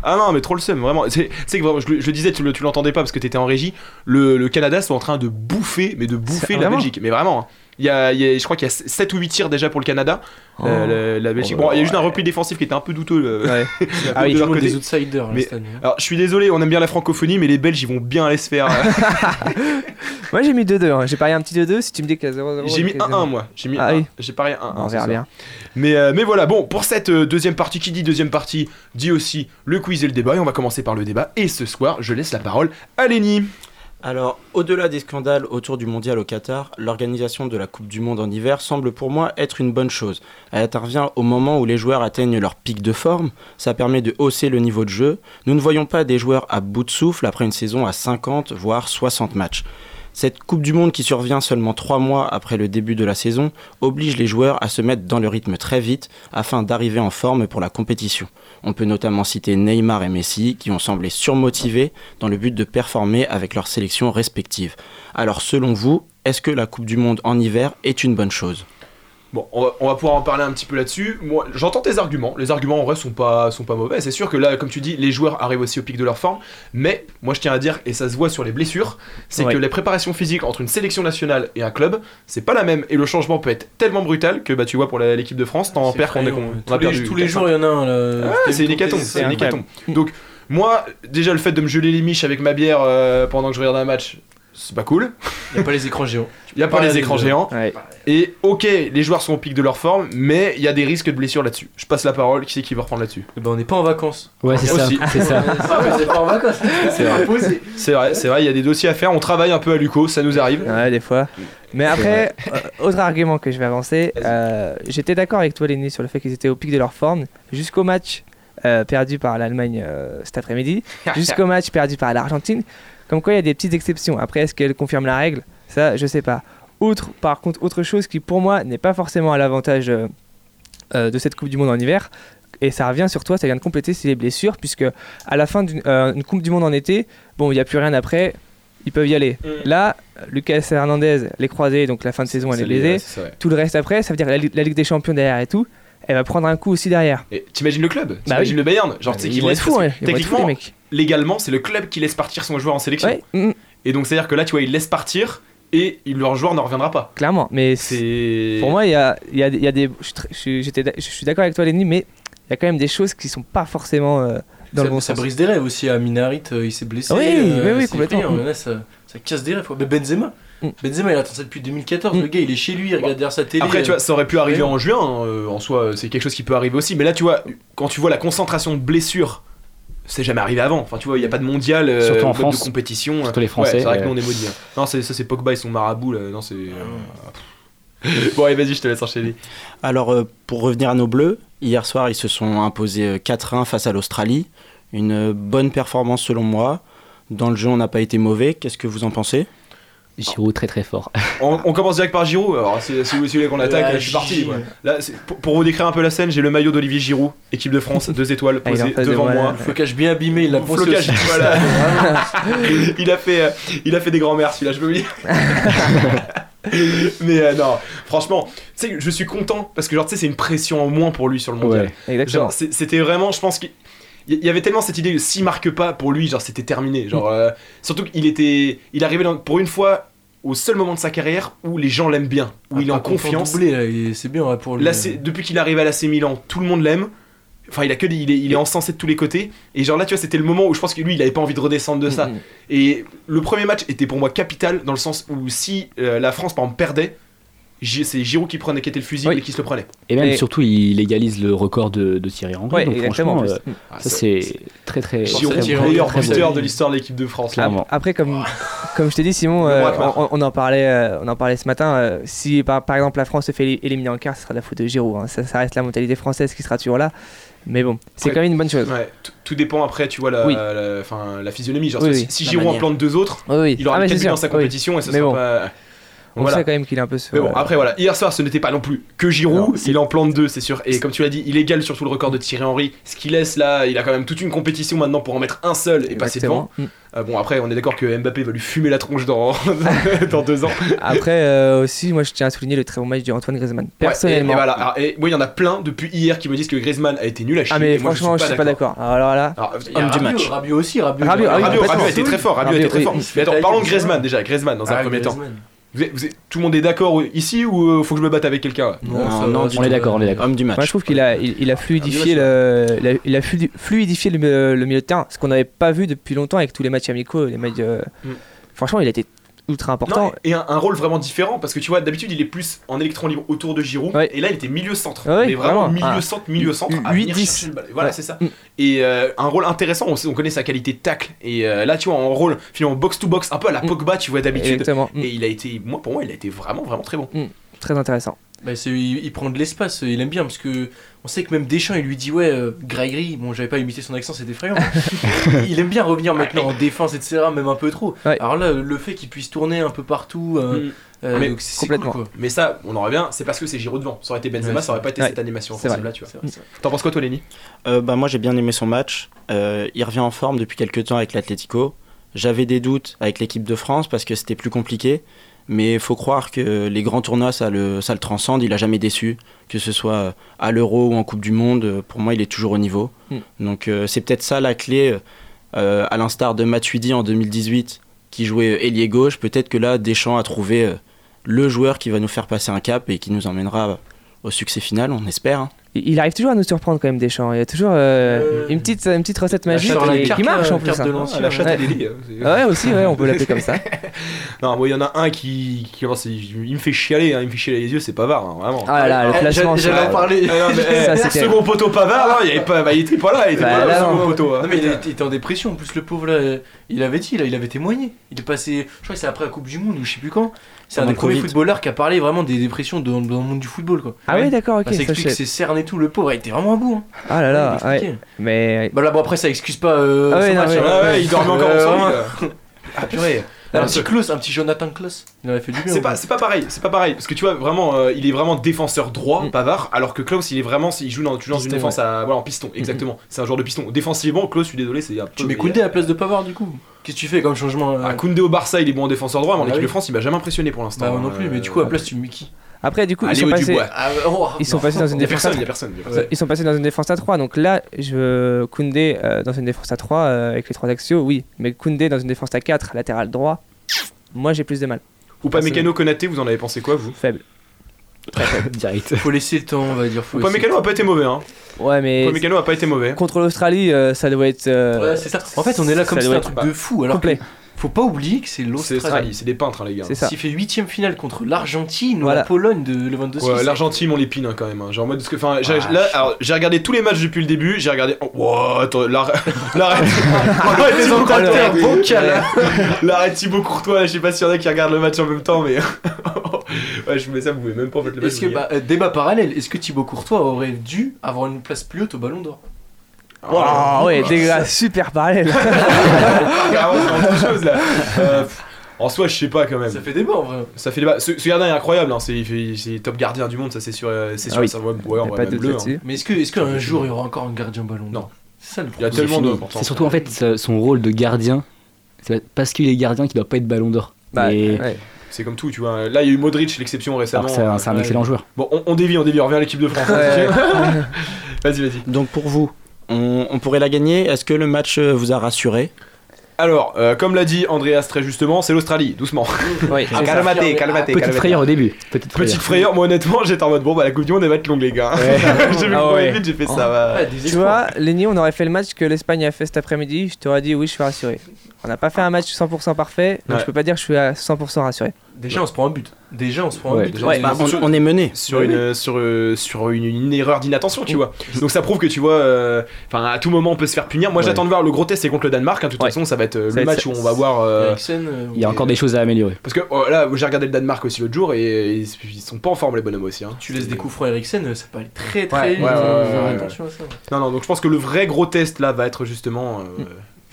[SPEAKER 10] Ah non, mais trop le seum, vraiment. C'est c'est que vraiment, je, le- je le disais, tu, le- tu l'entendais pas parce que t'étais en régie. Le, le Canada sont en train de bouffer, mais de bouffer la
[SPEAKER 11] Vraiment
[SPEAKER 10] Belgique. Mais vraiment. hein. Il y a, il y a- je crois qu'il y a 7 ou 8 tirs déjà pour Euh, le Canada.
[SPEAKER 11] Oh.
[SPEAKER 10] La, la- la Belgique.
[SPEAKER 11] Oh là
[SPEAKER 10] bon, il y a juste
[SPEAKER 11] là,
[SPEAKER 10] un repli défensif qui était un peu douteux. euh, de
[SPEAKER 1] Ah oui,
[SPEAKER 10] leur
[SPEAKER 1] toujours
[SPEAKER 10] côté.
[SPEAKER 1] des outsiders, là,
[SPEAKER 10] Mais- ah,
[SPEAKER 1] cette année.
[SPEAKER 10] alors, je suis désolé, on aime bien la francophonie, mais les Belges, ils vont bien aller se faire. euh,
[SPEAKER 11] Moi j'ai mis 2-2, hein. j'ai parié un petit 2-2 si tu me dis qu'il y a 0-0.
[SPEAKER 10] J'ai mis
[SPEAKER 11] ok,
[SPEAKER 10] 1-1, moi. J'ai mis
[SPEAKER 11] Ah
[SPEAKER 10] un-
[SPEAKER 11] oui.
[SPEAKER 10] J'ai parié 1-1.
[SPEAKER 11] On
[SPEAKER 10] ce
[SPEAKER 11] verra
[SPEAKER 10] soir.
[SPEAKER 11] bien.
[SPEAKER 10] Mais, euh, mais voilà, bon, pour cette euh, deuxième partie, qui dit deuxième partie, dit aussi le quiz et le débat. Et on va commencer par le débat. Et ce soir, je laisse la parole à Lenny.
[SPEAKER 13] Alors, au-delà des scandales autour du mondial au Qatar, l'organisation de la Coupe du Monde en hiver semble pour moi être une bonne chose. Elle intervient au moment où les joueurs atteignent leur pic de forme, ça permet de hausser le niveau de jeu. Nous ne voyons pas des joueurs à bout de souffle après une saison à 50 voire 60 matchs. Cette Coupe du Monde qui survient seulement trois mois après le début de la saison oblige les joueurs à se mettre dans le rythme très vite afin d'arriver en forme pour la compétition. On peut notamment citer Neymar et Messi qui ont semblé surmotivés dans le but de performer avec leurs sélections respectives. Alors selon vous, est-ce que la Coupe du Monde en hiver est une bonne chose
[SPEAKER 10] Bon, on va, on va pouvoir en parler un petit peu là-dessus. Moi, j'entends tes arguments. Les arguments en vrai sont pas, sont pas mauvais. C'est sûr que là, comme tu dis, les joueurs arrivent aussi au pic de leur forme. Mais moi, je tiens à dire, et ça se voit sur les blessures, c'est
[SPEAKER 11] Ouais.
[SPEAKER 10] que les préparations physiques entre une sélection nationale et un club, c'est pas la même. Et le changement peut être tellement brutal que bah, tu vois, pour la- l'équipe de France, t'en perds qu'on est con.
[SPEAKER 1] Tous les, tous les jours, il y en a un. là.
[SPEAKER 10] Ah, c'est une hécatombe, c'est une hécatombe. Donc, moi, déjà, le fait de me geler les miches avec ma bière euh, pendant que je regarde un match, c'est pas cool.
[SPEAKER 1] Il n'y a pas les écrans géants.
[SPEAKER 10] Il n'y a pas
[SPEAKER 1] Pas
[SPEAKER 10] les
[SPEAKER 1] la
[SPEAKER 10] écrans
[SPEAKER 1] Ligue.
[SPEAKER 10] géants. Et ok, les joueurs sont au pic de leur forme, mais il y a des risques de blessures là-dessus. Je passe la parole, qui c'est qui va reprendre là-dessus
[SPEAKER 1] Ben, on n'est pas en vacances.
[SPEAKER 10] Ouais, c'est ça,
[SPEAKER 1] Aussi.
[SPEAKER 10] c'est ça.
[SPEAKER 1] Ah, mais c'est pas en vacances.
[SPEAKER 10] C'est vrai. C'est vrai, c'est vrai, il y a des dossiers à faire, on travaille un peu à Luco, ça nous arrive.
[SPEAKER 11] Ouais, des fois. Mais après, euh, autre argument que je vais avancer, euh, j'étais d'accord avec toi, Lenny, sur le fait qu'ils étaient au pic de leur forme jusqu'au match euh, perdu par l'Allemagne euh, cet après-midi, jusqu'au match perdu par l'Argentine. Comme quoi, il y a des petites exceptions. Après, est-ce qu'elle confirme la règle Ça, je sais pas. Outre, par contre, autre chose qui pour moi n'est pas forcément à l'avantage euh, euh, de cette Coupe du Monde en hiver. Et ça revient sur toi, ça vient de compléter, c'est les blessures, puisque à la fin d'une euh, une Coupe du Monde en été, bon, il n'y a plus rien après, ils peuvent y aller. Là, Lucas Hernandez, les croisés, donc la fin de saison, elle
[SPEAKER 10] c'est
[SPEAKER 11] est
[SPEAKER 10] les- ouais,
[SPEAKER 11] lésée.
[SPEAKER 10] c'est vrai.
[SPEAKER 11] Tout le reste après, ça veut dire la, Ligue- la Ligue des Champions derrière et tout, elle va prendre un coup aussi derrière.
[SPEAKER 10] Et T'imagines le club
[SPEAKER 11] Bah
[SPEAKER 10] T'imagines le Bayern Genre, tu sais,
[SPEAKER 11] ils
[SPEAKER 10] qu'il
[SPEAKER 11] vont
[SPEAKER 10] laisse-
[SPEAKER 11] être fous,
[SPEAKER 10] parce que
[SPEAKER 11] ouais, ils vont être fous,
[SPEAKER 10] Techniquement,
[SPEAKER 11] les mecs. mm,
[SPEAKER 10] légalement, c'est le club qui laisse partir son joueur en sélection. Et donc, c'est-à-dire que là, tu vois, il laisse partir et il- leur joueur ne reviendra pas.
[SPEAKER 11] Clairement, mais
[SPEAKER 10] c'est.
[SPEAKER 11] Pour moi, il y a, il y a- il y a des. Je suis tr- je suis, j'étais d'ac- je suis d'accord avec toi, Lenny, mais il y a quand même des choses qui sont pas forcément euh, dans
[SPEAKER 1] ça,
[SPEAKER 11] le bon
[SPEAKER 1] ça
[SPEAKER 11] sens.
[SPEAKER 1] brise des rêves aussi à Minarit, euh, il s'est blessé.
[SPEAKER 11] Oui, oui, oui,
[SPEAKER 1] c'est
[SPEAKER 11] complètement. Mm.
[SPEAKER 1] effrayant, là, ça, ça casse des rêves. quoi. Mais Benzema, Benzema, il attend ça depuis 2014. Le gars, il est chez lui, il regarde derrière sa télé.
[SPEAKER 10] Après, tu vois, ça aurait pu arriver
[SPEAKER 1] euh,
[SPEAKER 10] en juin, hein, euh, en soi, euh, c'est quelque chose qui peut arriver aussi. Mais là, tu vois, quand tu vois la concentration de blessures, c'est jamais arrivé avant. Enfin, tu vois, il n'y a pas de mondial, euh,
[SPEAKER 2] Surtout en
[SPEAKER 10] mode
[SPEAKER 2] France.
[SPEAKER 10] de compétition.
[SPEAKER 2] Surtout les
[SPEAKER 10] Ouais,
[SPEAKER 2] Français,
[SPEAKER 10] c'est vrai que
[SPEAKER 2] euh.
[SPEAKER 10] nous, on est maudits. hein. Non, c'est- ça, c'est Pogba, ils sont marabouts, là. Non, c'est. euh, bon, allez, vas-y, je te laisse enchaîner.
[SPEAKER 13] Alors, euh, pour revenir à nos Bleus, hier soir, ils se sont imposés euh, 4-1 face à l'Australie. Une euh, bonne performance selon moi. Dans le jeu, on n'a pas été mauvais. Qu'est-ce que vous en pensez
[SPEAKER 2] Giroud très très fort.
[SPEAKER 10] On, on commence direct par Giroud. Alors, si, si vous voulez qu'on attaque,
[SPEAKER 2] Ah,
[SPEAKER 10] je suis parti.
[SPEAKER 2] Gilles.
[SPEAKER 10] moi. Là, c'est- pour, pour vous décrire un peu la scène, j'ai le maillot d'Olivier Giroud, équipe de France, deux étoiles
[SPEAKER 1] Ah, il est en
[SPEAKER 10] posées
[SPEAKER 1] face de
[SPEAKER 10] devant
[SPEAKER 1] moi, là.
[SPEAKER 10] moi.
[SPEAKER 1] Le flocage bien abîmé, il l'a poncé
[SPEAKER 10] Flocage,
[SPEAKER 1] aussi.
[SPEAKER 10] voilà. il a fait, euh, il a fait des grands-mères celui-là, je peux vous dire. Mais euh, non, franchement, tu sais, je suis content parce que genre, tu sais, c'est une pression en moins pour lui sur le mondial.
[SPEAKER 11] Ouais, exactement.
[SPEAKER 10] Genre, c'est- c'était vraiment, je pense qu'il il y avait tellement cette idée de s'il marque pas pour lui, genre c'était terminé. Genre, euh, surtout qu'il était, il arrivait dans- pour une fois au seul moment de sa carrière où les gens l'aiment bien, où il est en confiance.
[SPEAKER 1] c'est bien ouais,
[SPEAKER 11] Oh,
[SPEAKER 1] pour lui.
[SPEAKER 10] Là, c'est- depuis qu'il arrive à l'AC Milan, tout le monde l'aime. Enfin, il a que des- il est, il est encensé de tous les côtés. Et genre là, tu vois, c'était le moment où je pense que lui, il avait pas envie de redescendre de ça.
[SPEAKER 11] Mm,
[SPEAKER 10] Et le premier match était pour moi capital dans le sens où si euh, la France par exemple perdait, Gi- c'est Giroud qui prenait, qui était le fusil et qui se le prenait.
[SPEAKER 2] Et même surtout, il égalise le record de, de Thierry Henry.
[SPEAKER 10] Ouais,
[SPEAKER 2] donc
[SPEAKER 10] exactement,
[SPEAKER 2] franchement,
[SPEAKER 10] en
[SPEAKER 2] euh,
[SPEAKER 10] plus. Ah,
[SPEAKER 2] ça
[SPEAKER 10] c'est-
[SPEAKER 2] c'est très très.
[SPEAKER 10] Giroud,
[SPEAKER 2] très bon,
[SPEAKER 10] meilleur
[SPEAKER 2] très bon.
[SPEAKER 10] buteur de l'histoire de l'équipe de France. là.
[SPEAKER 11] Ap- Après, comme, comme je t'ai dit, Simon,
[SPEAKER 10] Le
[SPEAKER 11] euh,
[SPEAKER 10] roi Akbar.
[SPEAKER 11] on, on en parlait, euh, on en parlait ce matin. euh, si par, par exemple la France se fait éli- éliminer en quart, ce sera de la faute de Giroud. hein. Ça, ça reste la mentalité française qui sera toujours là. Mais bon, c'est
[SPEAKER 10] Après-
[SPEAKER 11] quand même une bonne chose.
[SPEAKER 10] Ouais, tout- tout dépend après, tu vois, la,
[SPEAKER 11] Oui.
[SPEAKER 10] la- enfin, la physionomie. Genre,
[SPEAKER 11] Oui,
[SPEAKER 10] si-
[SPEAKER 11] oui.
[SPEAKER 10] si
[SPEAKER 11] La
[SPEAKER 10] Giroud en
[SPEAKER 11] manière.
[SPEAKER 10] plante deux autres,
[SPEAKER 11] Oui, oui.
[SPEAKER 10] il aura
[SPEAKER 11] Ah, mais
[SPEAKER 10] peut-être
[SPEAKER 11] c'est
[SPEAKER 10] plus dans
[SPEAKER 11] sûr,
[SPEAKER 10] sa
[SPEAKER 11] oui.
[SPEAKER 10] compétition et ça
[SPEAKER 11] Mais
[SPEAKER 10] sera
[SPEAKER 11] bon.
[SPEAKER 10] pas.
[SPEAKER 11] On sait quand même qu'il est un peu sur- euh,
[SPEAKER 10] Mais bon, après voilà, hier soir ce n'était pas non plus que Giroud, il en plante deux, c'est sûr. Et comme tu l'as dit, il égale surtout le record de Thierry Henry. Ce qu'il laisse là, il a quand même toute une compétition maintenant pour en mettre un seul et passer devant.
[SPEAKER 11] Exactement.
[SPEAKER 10] Euh, bon, après, on est d'accord que Mbappé va lui fumer la tronche dans, dans deux ans.
[SPEAKER 11] Après euh, aussi, moi je tiens à souligner le très bon match d'Antoine Griezmann.
[SPEAKER 10] Ouais,
[SPEAKER 11] Personnellement.
[SPEAKER 10] et, et voilà. Alors, et moi, il y en a plein depuis hier qui me disent que Griezmann a été nul à chier.
[SPEAKER 11] ah mais
[SPEAKER 10] et moi,
[SPEAKER 11] franchement, je suis pas d'accord. Alors là,
[SPEAKER 10] Alors, il y a Rabiot,
[SPEAKER 1] Rabiot aussi, Rabiot.
[SPEAKER 11] Rabiot, ah oui,
[SPEAKER 10] Rabiot,
[SPEAKER 11] complètement.
[SPEAKER 10] Rabiot a été très fort. Rabiot a été très
[SPEAKER 11] oui.
[SPEAKER 10] fort.
[SPEAKER 11] Il se
[SPEAKER 10] Mais
[SPEAKER 11] fait
[SPEAKER 10] attends,
[SPEAKER 11] tailler
[SPEAKER 10] parlons de
[SPEAKER 11] Griezmann.
[SPEAKER 10] Griezmann déjà. Griezmann dans un
[SPEAKER 11] Ah,
[SPEAKER 10] premier temps.
[SPEAKER 11] Griezmann.
[SPEAKER 10] Vous êtes- vous êtes- tout le monde est d'accord ici ou euh, faut que je me batte avec quelqu'un
[SPEAKER 11] Non, Non, ça- non, du on est tout. d'accord, on est d'accord.
[SPEAKER 13] Homme du
[SPEAKER 10] Ah,
[SPEAKER 13] match.
[SPEAKER 11] Moi, je trouve qu'il a, il, il a fluidifié, le, il a, il a fluidi- fluidifié le, le milieu de terrain, ce qu'on n'avait pas vu depuis longtemps avec tous les matchs amicaux, les matchs. euh,
[SPEAKER 10] Mm.
[SPEAKER 11] Franchement, il a été ultra important.
[SPEAKER 10] Non, et un, un rôle vraiment différent parce que tu vois, d'habitude il est plus en électron libre autour de Giroud
[SPEAKER 11] Ouais.
[SPEAKER 10] et là il était milieu centre.
[SPEAKER 11] Ouais,
[SPEAKER 10] mais vraiment,
[SPEAKER 11] vraiment.
[SPEAKER 10] milieu
[SPEAKER 11] Ah.
[SPEAKER 10] centre, milieu centre. à
[SPEAKER 11] Huit,
[SPEAKER 10] venir
[SPEAKER 11] dix.
[SPEAKER 10] chercher le ballon. Voilà,
[SPEAKER 11] Ouais. Mm.
[SPEAKER 10] c'est ça. Et euh, un rôle intéressant, on, sait- on connaît sa qualité de tacle. Et euh, là, tu vois, en rôle finalement box to box, un peu à la Pogba, tu vois d'habitude.
[SPEAKER 11] Mm. Exactement. Mm.
[SPEAKER 10] Et il a été, moi pour moi, il a été vraiment, vraiment très bon.
[SPEAKER 11] Très intéressant.
[SPEAKER 1] Bah, c'est- il, il prend de l'espace, euh, il aime bien parce que on sait que même Deschamps il lui dit ouais euh, Gregory, bon j'avais pas imité son accent c'était effrayant. il aime bien revenir maintenant en défense etc même un peu trop. Alors là le fait qu'il puisse tourner un peu partout, euh,
[SPEAKER 10] Mm.
[SPEAKER 1] euh,
[SPEAKER 10] mais,
[SPEAKER 1] donc c'est- c'est cool, quoi.
[SPEAKER 10] Mais ça, on en revient, c'est parce que c'est Giroud devant. Ça aurait été Benzema,
[SPEAKER 13] Ouais,
[SPEAKER 10] ça aurait pas été
[SPEAKER 13] ouais.
[SPEAKER 10] cette animation
[SPEAKER 13] C'est vrai.
[SPEAKER 10] offensive là, tu vois.
[SPEAKER 13] C'est vrai, c'est
[SPEAKER 10] T'en penses quoi toi, Lenny
[SPEAKER 13] Euh, bah, Moi j'ai bien aimé son match. Euh, il revient en forme depuis quelques temps avec l'Atlético. J'avais des doutes avec l'équipe de France parce que c'était plus compliqué. Mais il faut croire que les grands tournois, ça le, ça le transcende. Il a jamais déçu. Que ce soit euh, à l'Euro ou en Coupe du Monde, euh, pour moi il est toujours au niveau.
[SPEAKER 11] Mm.
[SPEAKER 13] Donc euh, c'est peut-être ça la clé. euh, à l'instar de Matuidi en 2018 qui jouait ailier gauche, peut-être que là Deschamps a trouvé euh, le joueur qui va nous faire passer un cap et qui nous emmènera au succès final, on espère. hein.
[SPEAKER 11] Il il arrive toujours à nous surprendre quand même Deschamps. Il y a toujours euh, une petite une petite recette magique
[SPEAKER 10] chatte,
[SPEAKER 11] qui,
[SPEAKER 10] la
[SPEAKER 11] qui
[SPEAKER 10] carte,
[SPEAKER 11] marche
[SPEAKER 10] la
[SPEAKER 11] en plus.
[SPEAKER 10] carte
[SPEAKER 11] hein.
[SPEAKER 10] de l'ancien, la chatte,
[SPEAKER 11] ouais.
[SPEAKER 10] elle est liée, hein, c'est-
[SPEAKER 11] Ouais, aussi, ouais, on peut l'appeler comme ça.
[SPEAKER 10] Non, moi, il y en a un qui, qui vraiment, c'est- il me fait chialer, hein, il me fait chialer les yeux, c'est Pavard, hein, vraiment.
[SPEAKER 11] Ah là là, le
[SPEAKER 10] Eh,
[SPEAKER 11] placement,
[SPEAKER 10] j'allais-
[SPEAKER 11] ça- Ah,
[SPEAKER 10] J'allais en parler.
[SPEAKER 11] Ça,
[SPEAKER 10] Non, mais, eh,
[SPEAKER 11] c'était-
[SPEAKER 10] second poteau Pavard, hein, il, avait pas, bah, il était pas là, il était
[SPEAKER 1] Bah,
[SPEAKER 10] pas là,
[SPEAKER 1] là,
[SPEAKER 10] le second
[SPEAKER 1] non.
[SPEAKER 10] poteau. hein.
[SPEAKER 1] Non, mais il était- il était en dépression en plus le pauvre là, euh, il avait dit là, il avait témoigné. Il est passé je crois que c'est après la Coupe du monde ou je sais plus quand. C'est un
[SPEAKER 13] Pendant
[SPEAKER 1] des
[SPEAKER 13] le
[SPEAKER 1] premiers
[SPEAKER 13] Covid.
[SPEAKER 1] footballeurs qui a parlé vraiment des dépressions dans, dans le monde du football quoi.
[SPEAKER 11] Ah oui, d'accord, ok,
[SPEAKER 1] Bah, ça
[SPEAKER 11] ça,
[SPEAKER 1] explique
[SPEAKER 11] je-
[SPEAKER 1] ses cernes et tout le pauvre, il était vraiment à bout. hein.
[SPEAKER 11] Ah là là,
[SPEAKER 1] Il
[SPEAKER 11] ouais.
[SPEAKER 1] expliquait.
[SPEAKER 11] Mais euh,
[SPEAKER 1] Bah là, bon, après, ça excuse pas. Euh,
[SPEAKER 11] Ah ouais,
[SPEAKER 1] son
[SPEAKER 11] non,
[SPEAKER 1] match,
[SPEAKER 11] ouais,
[SPEAKER 1] hein.
[SPEAKER 11] ouais, ouais,
[SPEAKER 10] il dormait encore
[SPEAKER 1] Euh,
[SPEAKER 10] en sommeil,
[SPEAKER 1] vraiment.
[SPEAKER 10] là. Ah purée.
[SPEAKER 1] Un
[SPEAKER 10] Alors,
[SPEAKER 1] petit
[SPEAKER 10] ce-
[SPEAKER 1] Klaus, un petit Jonathan Klaus. Il en a fait du hein. bien.
[SPEAKER 10] C'est pas, c'est pas pareil, c'est pas pareil, parce que tu vois vraiment, euh, il est vraiment défenseur droit, Pavard, alors que Klaus, il est vraiment, il joue dans, tu joues dans une
[SPEAKER 1] Mm. Piston, Mm-hmm.
[SPEAKER 10] défense à, voilà, en piston, exactement. C'est un joueur de piston. Défensivement, Klaus, je suis désolé, c'est un peu.
[SPEAKER 1] Tu mets Koundé à la place de Pavard du coup. Qu'est-ce que tu fais comme changement
[SPEAKER 10] Ah, Koundé au Barça, il est bon en défenseur droit, mais en
[SPEAKER 1] Ah
[SPEAKER 10] équipe
[SPEAKER 1] oui.
[SPEAKER 10] de France, il m'a jamais impressionné pour l'instant.
[SPEAKER 1] Bah, moi
[SPEAKER 10] hein.
[SPEAKER 1] non plus, mais du coup, à la place, tu mets qui bah,
[SPEAKER 11] Après, du coup,
[SPEAKER 10] Allez,
[SPEAKER 11] ils sont
[SPEAKER 10] au
[SPEAKER 11] passés,
[SPEAKER 10] Dubois. Ah, oh,
[SPEAKER 11] ils sont
[SPEAKER 10] non.
[SPEAKER 11] passés dans une
[SPEAKER 10] Y a
[SPEAKER 11] défense
[SPEAKER 10] personne,
[SPEAKER 11] à
[SPEAKER 10] y a
[SPEAKER 11] 3.
[SPEAKER 10] personne, y a personne.
[SPEAKER 11] Ils sont passés dans une défense à 3. Donc là, je Koundé euh, dans une défense à 3 euh, avec les trois axiaux, oui. Mais Koundé dans une défense à 4, latéral droit, moi j'ai plus de mal.
[SPEAKER 10] Ou pas Mécano Konaté, vous en avez pensé quoi, vous
[SPEAKER 11] Faible.
[SPEAKER 10] Très faible.
[SPEAKER 2] Direct.
[SPEAKER 1] Faut laisser le temps, on va dire. Faut
[SPEAKER 10] Ou pas
[SPEAKER 1] laisser-
[SPEAKER 10] Mécano a pas été mauvais, hein.
[SPEAKER 11] Ouais, mais.
[SPEAKER 10] Upamecano a pas été mauvais.
[SPEAKER 11] Contre l'Australie, euh, ça doit être. euh,
[SPEAKER 1] Ouais, c'est ça. En fait, on est là comme si
[SPEAKER 11] doit
[SPEAKER 1] c'était un
[SPEAKER 11] être
[SPEAKER 1] truc
[SPEAKER 11] pas-
[SPEAKER 1] de fou. Alors, que
[SPEAKER 11] complet.
[SPEAKER 1] faut pas oublier que c'est
[SPEAKER 10] C'est l'Australie,
[SPEAKER 1] l'Australie.
[SPEAKER 10] c'est des peintres, hein, les gars.
[SPEAKER 11] C'est ça.
[SPEAKER 1] S'il fait 8ème finale contre l'Argentine ou
[SPEAKER 10] Voilà.
[SPEAKER 1] la Pologne de Lewandowski.
[SPEAKER 10] Ouais,
[SPEAKER 1] c'est- Ah,
[SPEAKER 10] l'Argentine, on l'épine hein, quand même. hein. Genre, en mode, parce que, enfin, j'ai- là, alors, j'ai regardé tous les matchs depuis le début. J'ai regardé. Oh, wow, attends, l'arrêt. L'arrêt. l'arrêt des
[SPEAKER 1] Thibaut
[SPEAKER 10] entraîneurs,
[SPEAKER 1] Courtois.
[SPEAKER 10] bancal, hein. L'arrêt Thibaut Courtois. là, Je sais pas s'il y en a qui regardent le match en même temps, mais. ouais, je mets ça, vous pouvez même pas en fait le match.
[SPEAKER 1] Est-ce que,
[SPEAKER 10] vous voyez.
[SPEAKER 1] bah, euh, débat parallèle, est-ce que Thibaut Courtois aurait dû avoir une place plus haute au Ballon d'Or
[SPEAKER 11] Waouh, Ah, ouais, Ah, dégâts, super parallèle.
[SPEAKER 10] Ah, Carrément, c'est autre chose là. Euh, pff, en soi, je sais pas quand même. Ça
[SPEAKER 1] fait débat en vrai.
[SPEAKER 10] Ça fait débat. Ce, ce gardien est incroyable, hein. c'est, il fait- c'est top gardien du monde, ça c'est sûr. euh, C'est
[SPEAKER 1] Ah
[SPEAKER 10] sûr,
[SPEAKER 1] oui.
[SPEAKER 10] ça va ouais, on va même bleu. hein.
[SPEAKER 1] Mais est-ce que, est-ce qu'un jour il y aura encore un gardien Ballon d'Or Non. C'est ça le
[SPEAKER 10] Il y a
[SPEAKER 1] problème.
[SPEAKER 10] tellement
[SPEAKER 2] C'est
[SPEAKER 10] de-
[SPEAKER 2] fini. C'est surtout en fait ce- son rôle de gardien. C'est parce qu'il est gardien qu'il doit pas être ballon d'or.
[SPEAKER 11] Bah,
[SPEAKER 2] Mais-
[SPEAKER 10] C'est comme tout, tu vois. Là, il y a eu Modric, l'exception récemment. euh,
[SPEAKER 2] Alors que c'est un- c'est un excellent joueur.
[SPEAKER 10] Bon, on, on dévie, on dévie, on revient à l'équipe de France.
[SPEAKER 13] Ouais.
[SPEAKER 10] vas-y, vas-y.
[SPEAKER 13] Donc pour vous, on, on pourrait la gagner. Est-ce que le match euh, vous a rassuré
[SPEAKER 10] Alors, euh, comme l'a dit Andreas très justement, c'est l'Australie, doucement. Ah,
[SPEAKER 2] Oui, c'est ça.
[SPEAKER 10] calmate, calmate, calmate.
[SPEAKER 2] Petite frayeur au début. Petite frayeur.
[SPEAKER 10] Petite frayeur, moi honnêtement, j'étais en mode bon, bah la Coupe du Monde, elle va être longue, les gars. j'ai vu le
[SPEAKER 11] Ah
[SPEAKER 10] premier
[SPEAKER 11] ouais.
[SPEAKER 10] clip, j'ai fait ça.
[SPEAKER 2] Ah.
[SPEAKER 10] va.
[SPEAKER 1] Ah,
[SPEAKER 11] tu vois, Lenny, on aurait fait le match que l'Espagne a fait cet après-midi, je t'aurais dit oui, je suis rassuré. On n'a pas fait un match 100% parfait, donc
[SPEAKER 1] Ouais.
[SPEAKER 11] je peux pas dire que je suis à 100% rassuré.
[SPEAKER 1] Déjà, on se prend un but. Déjà, bah, on se prend un but.
[SPEAKER 13] mené
[SPEAKER 10] sur une euh, sur euh, sur une, une erreur d'inattention, tu vois. Donc ça prouve que tu vois, euh, enfin à tout moment on peut se faire punir. Moi
[SPEAKER 2] Ouais.
[SPEAKER 10] j'attends de voir le gros test, c'est contre le Danemark. hein. De toute façon, ça va être euh,
[SPEAKER 2] Ça
[SPEAKER 10] le
[SPEAKER 2] va
[SPEAKER 10] match
[SPEAKER 2] être-
[SPEAKER 10] où on va voir. euh,
[SPEAKER 2] Il y a encore des choses à améliorer.
[SPEAKER 10] Parce que oh, là, j'ai regardé le Danemark aussi l'autre jour et ils, ils sont pas en forme les bonhommes aussi. Hein.
[SPEAKER 1] Tu laisses des coups francs à Eriksen, euh, ça peut aller très
[SPEAKER 10] Ouais,
[SPEAKER 1] très
[SPEAKER 10] ouais,
[SPEAKER 1] vite.
[SPEAKER 10] ouais,
[SPEAKER 1] euh,
[SPEAKER 10] ouais,
[SPEAKER 1] faire
[SPEAKER 10] ouais.
[SPEAKER 1] attention à ça.
[SPEAKER 10] Non, non, donc je pense que le vrai gros test là va être justement.
[SPEAKER 2] Hmm.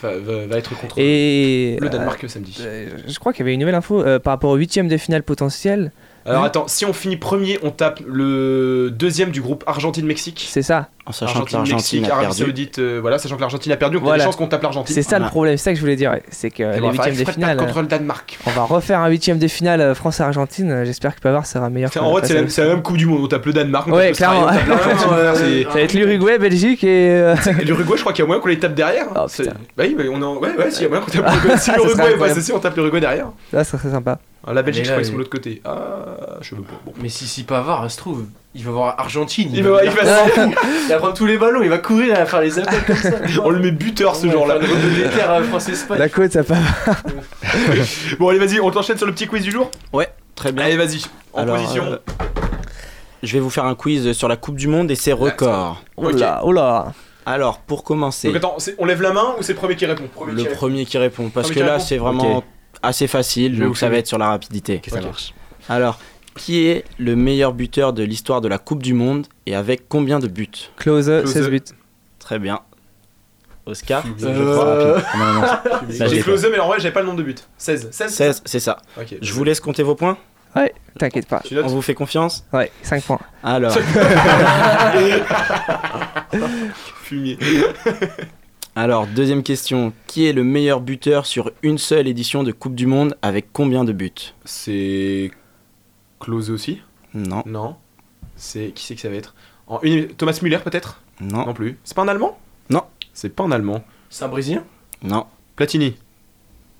[SPEAKER 10] euh, va- va, va être contre
[SPEAKER 11] Et
[SPEAKER 10] le Danemark
[SPEAKER 11] euh,
[SPEAKER 10] samedi.
[SPEAKER 11] euh, je crois qu'il y avait une nouvelle info euh, par rapport au huitième de finale potentiel.
[SPEAKER 10] Alors attends, si on finit premier, on tape le deuxième du groupe Argentine-Mexique.
[SPEAKER 11] C'est ça.
[SPEAKER 13] En
[SPEAKER 11] sachant que l'Argentine
[SPEAKER 10] Argentine-Mexique,
[SPEAKER 11] a
[SPEAKER 10] Arabie
[SPEAKER 11] perdu.
[SPEAKER 10] Saoudite, euh, voilà, sachant que l'Argentine a perdu, on a
[SPEAKER 11] Voilà.
[SPEAKER 10] des chances qu'on tape l'Argentine.
[SPEAKER 11] C'est ça le problème, c'est ça que je voulais dire. ouais. C'est que euh, les
[SPEAKER 10] bon,
[SPEAKER 11] huitièmes
[SPEAKER 10] enfin,
[SPEAKER 11] de
[SPEAKER 10] Fred
[SPEAKER 11] finale.
[SPEAKER 10] contre
[SPEAKER 11] euh,
[SPEAKER 10] le Danemark.
[SPEAKER 11] On va refaire un huitième de finale euh, France-Argentine. euh, J'espère que Pavard sera meilleur.
[SPEAKER 10] C'est- En vrai, c'est la, c'est la même Coupe du Monde. On tape le Danemark, on
[SPEAKER 11] Ouais,
[SPEAKER 10] tape l'Australie,
[SPEAKER 11] clairement.
[SPEAKER 10] on tape l'Argentine,
[SPEAKER 11] Ouais,
[SPEAKER 10] c'est-
[SPEAKER 11] Ça va être l'Uruguay, Belgique et. euh,
[SPEAKER 10] Et L'Uruguay, je crois qu'il y a moyen qu'on les tape derrière.
[SPEAKER 11] Oh,
[SPEAKER 10] C'est- Bah oui, mais on est en- Ouais, ouais, si, il y a moyen qu'on tape l'Uruguay. Si
[SPEAKER 11] Ça Ah, serait
[SPEAKER 10] l'Uruguay est
[SPEAKER 11] incroyable.
[SPEAKER 10] passé, si on tape l'Uruguay derrière.
[SPEAKER 11] Là, ça serait sympa.
[SPEAKER 10] Ah, La Belgique,
[SPEAKER 1] Mais
[SPEAKER 10] je
[SPEAKER 1] là,
[SPEAKER 10] crois qu'ils sont de
[SPEAKER 1] oui.
[SPEAKER 10] l'autre côté. Ah, je veux pas. Bon.
[SPEAKER 1] Mais si, si Pavard euh, se trouve, il va voir Argentine.
[SPEAKER 10] Il va- il va se-
[SPEAKER 1] il va prendre tous les ballons, il va courir, il va faire les appels comme ça.
[SPEAKER 10] On le met buteur ce jour-là.
[SPEAKER 1] Les terres euh, France-Espagne.
[SPEAKER 11] La côte, ça part.
[SPEAKER 10] bon, allez, vas-y, on t'enchaîne sur le petit quiz du jour
[SPEAKER 13] Ouais, très bien.
[SPEAKER 10] Allez, vas-y, en
[SPEAKER 13] Alors,
[SPEAKER 10] position.
[SPEAKER 13] euh, Je vais vous faire un quiz sur la Coupe du Monde et ses records.
[SPEAKER 10] Oh là,
[SPEAKER 11] oh là
[SPEAKER 13] Alors, pour commencer,
[SPEAKER 10] Donc attends, c'est- on lève la main ou c'est le premier qui répond Premier
[SPEAKER 13] le
[SPEAKER 10] qui répond.
[SPEAKER 13] premier qui répond, parce
[SPEAKER 10] Premier
[SPEAKER 13] que
[SPEAKER 10] qui
[SPEAKER 13] là,
[SPEAKER 10] répond
[SPEAKER 13] c'est vraiment
[SPEAKER 10] Ok.
[SPEAKER 13] assez facile,
[SPEAKER 10] vais vous
[SPEAKER 13] donc ça va
[SPEAKER 10] filmer.
[SPEAKER 13] être sur la rapidité.
[SPEAKER 10] Ok, ça marche.
[SPEAKER 13] Alors, qui est le meilleur buteur de l'histoire de la Coupe du Monde et avec combien de buts
[SPEAKER 11] Close,
[SPEAKER 13] Klose.
[SPEAKER 11] 16 buts.
[SPEAKER 13] Très bien. Oscar
[SPEAKER 10] Euh, je crois. J'ai closé, mais en vrai, j'avais pas le nombre de buts. 16. 16
[SPEAKER 13] 16, c'est ça.
[SPEAKER 10] Ok.
[SPEAKER 13] Je vous laisse compter vos points
[SPEAKER 11] Ouais, t'inquiète pas.
[SPEAKER 13] On vous fait confiance
[SPEAKER 11] Ouais, 5 points.
[SPEAKER 13] Alors.
[SPEAKER 10] Fumier.
[SPEAKER 13] Alors, deuxième question. Qui est le meilleur buteur sur une seule édition de Coupe du Monde avec combien de buts
[SPEAKER 10] C'est. Close aussi
[SPEAKER 13] Non.
[SPEAKER 10] Non. C'est. Qui c'est que ça va être En une- Thomas Müller peut-être
[SPEAKER 13] Non.
[SPEAKER 10] Non plus. C'est pas un Allemand
[SPEAKER 13] Non.
[SPEAKER 10] C'est pas un Allemand.
[SPEAKER 1] C'est un Brésilien
[SPEAKER 13] Non.
[SPEAKER 10] Platini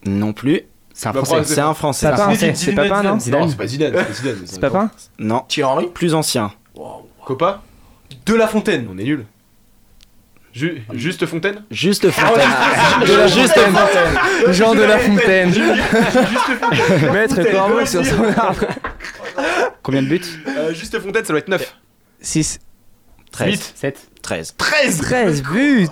[SPEAKER 13] Non plus. C'est un
[SPEAKER 10] Bah,
[SPEAKER 13] Français.
[SPEAKER 10] Français.
[SPEAKER 13] C'est un Français.
[SPEAKER 10] Papin, Zidane, c'est Zidane, Papin, non Zidane. Non, c'est pas Zidane, c'est pas Zidane.
[SPEAKER 13] C'est
[SPEAKER 10] Papin
[SPEAKER 13] Non.
[SPEAKER 1] Thierry Henry
[SPEAKER 13] Plus ancien.
[SPEAKER 10] Copa
[SPEAKER 1] De La Fontaine.
[SPEAKER 10] On est nul. Ju- juste Fontaine
[SPEAKER 13] Juste Fontaine.
[SPEAKER 10] Juste Fontaine.
[SPEAKER 11] Jean de la
[SPEAKER 10] Fontaine.
[SPEAKER 11] Fontaine. Maître Corbeau sur son arbre.
[SPEAKER 13] Combien de buts
[SPEAKER 10] Euh, Juste Fontaine, ça doit être 9.
[SPEAKER 11] 6.
[SPEAKER 13] 13.
[SPEAKER 2] 7.
[SPEAKER 13] 13.
[SPEAKER 10] 13
[SPEAKER 11] 13 buts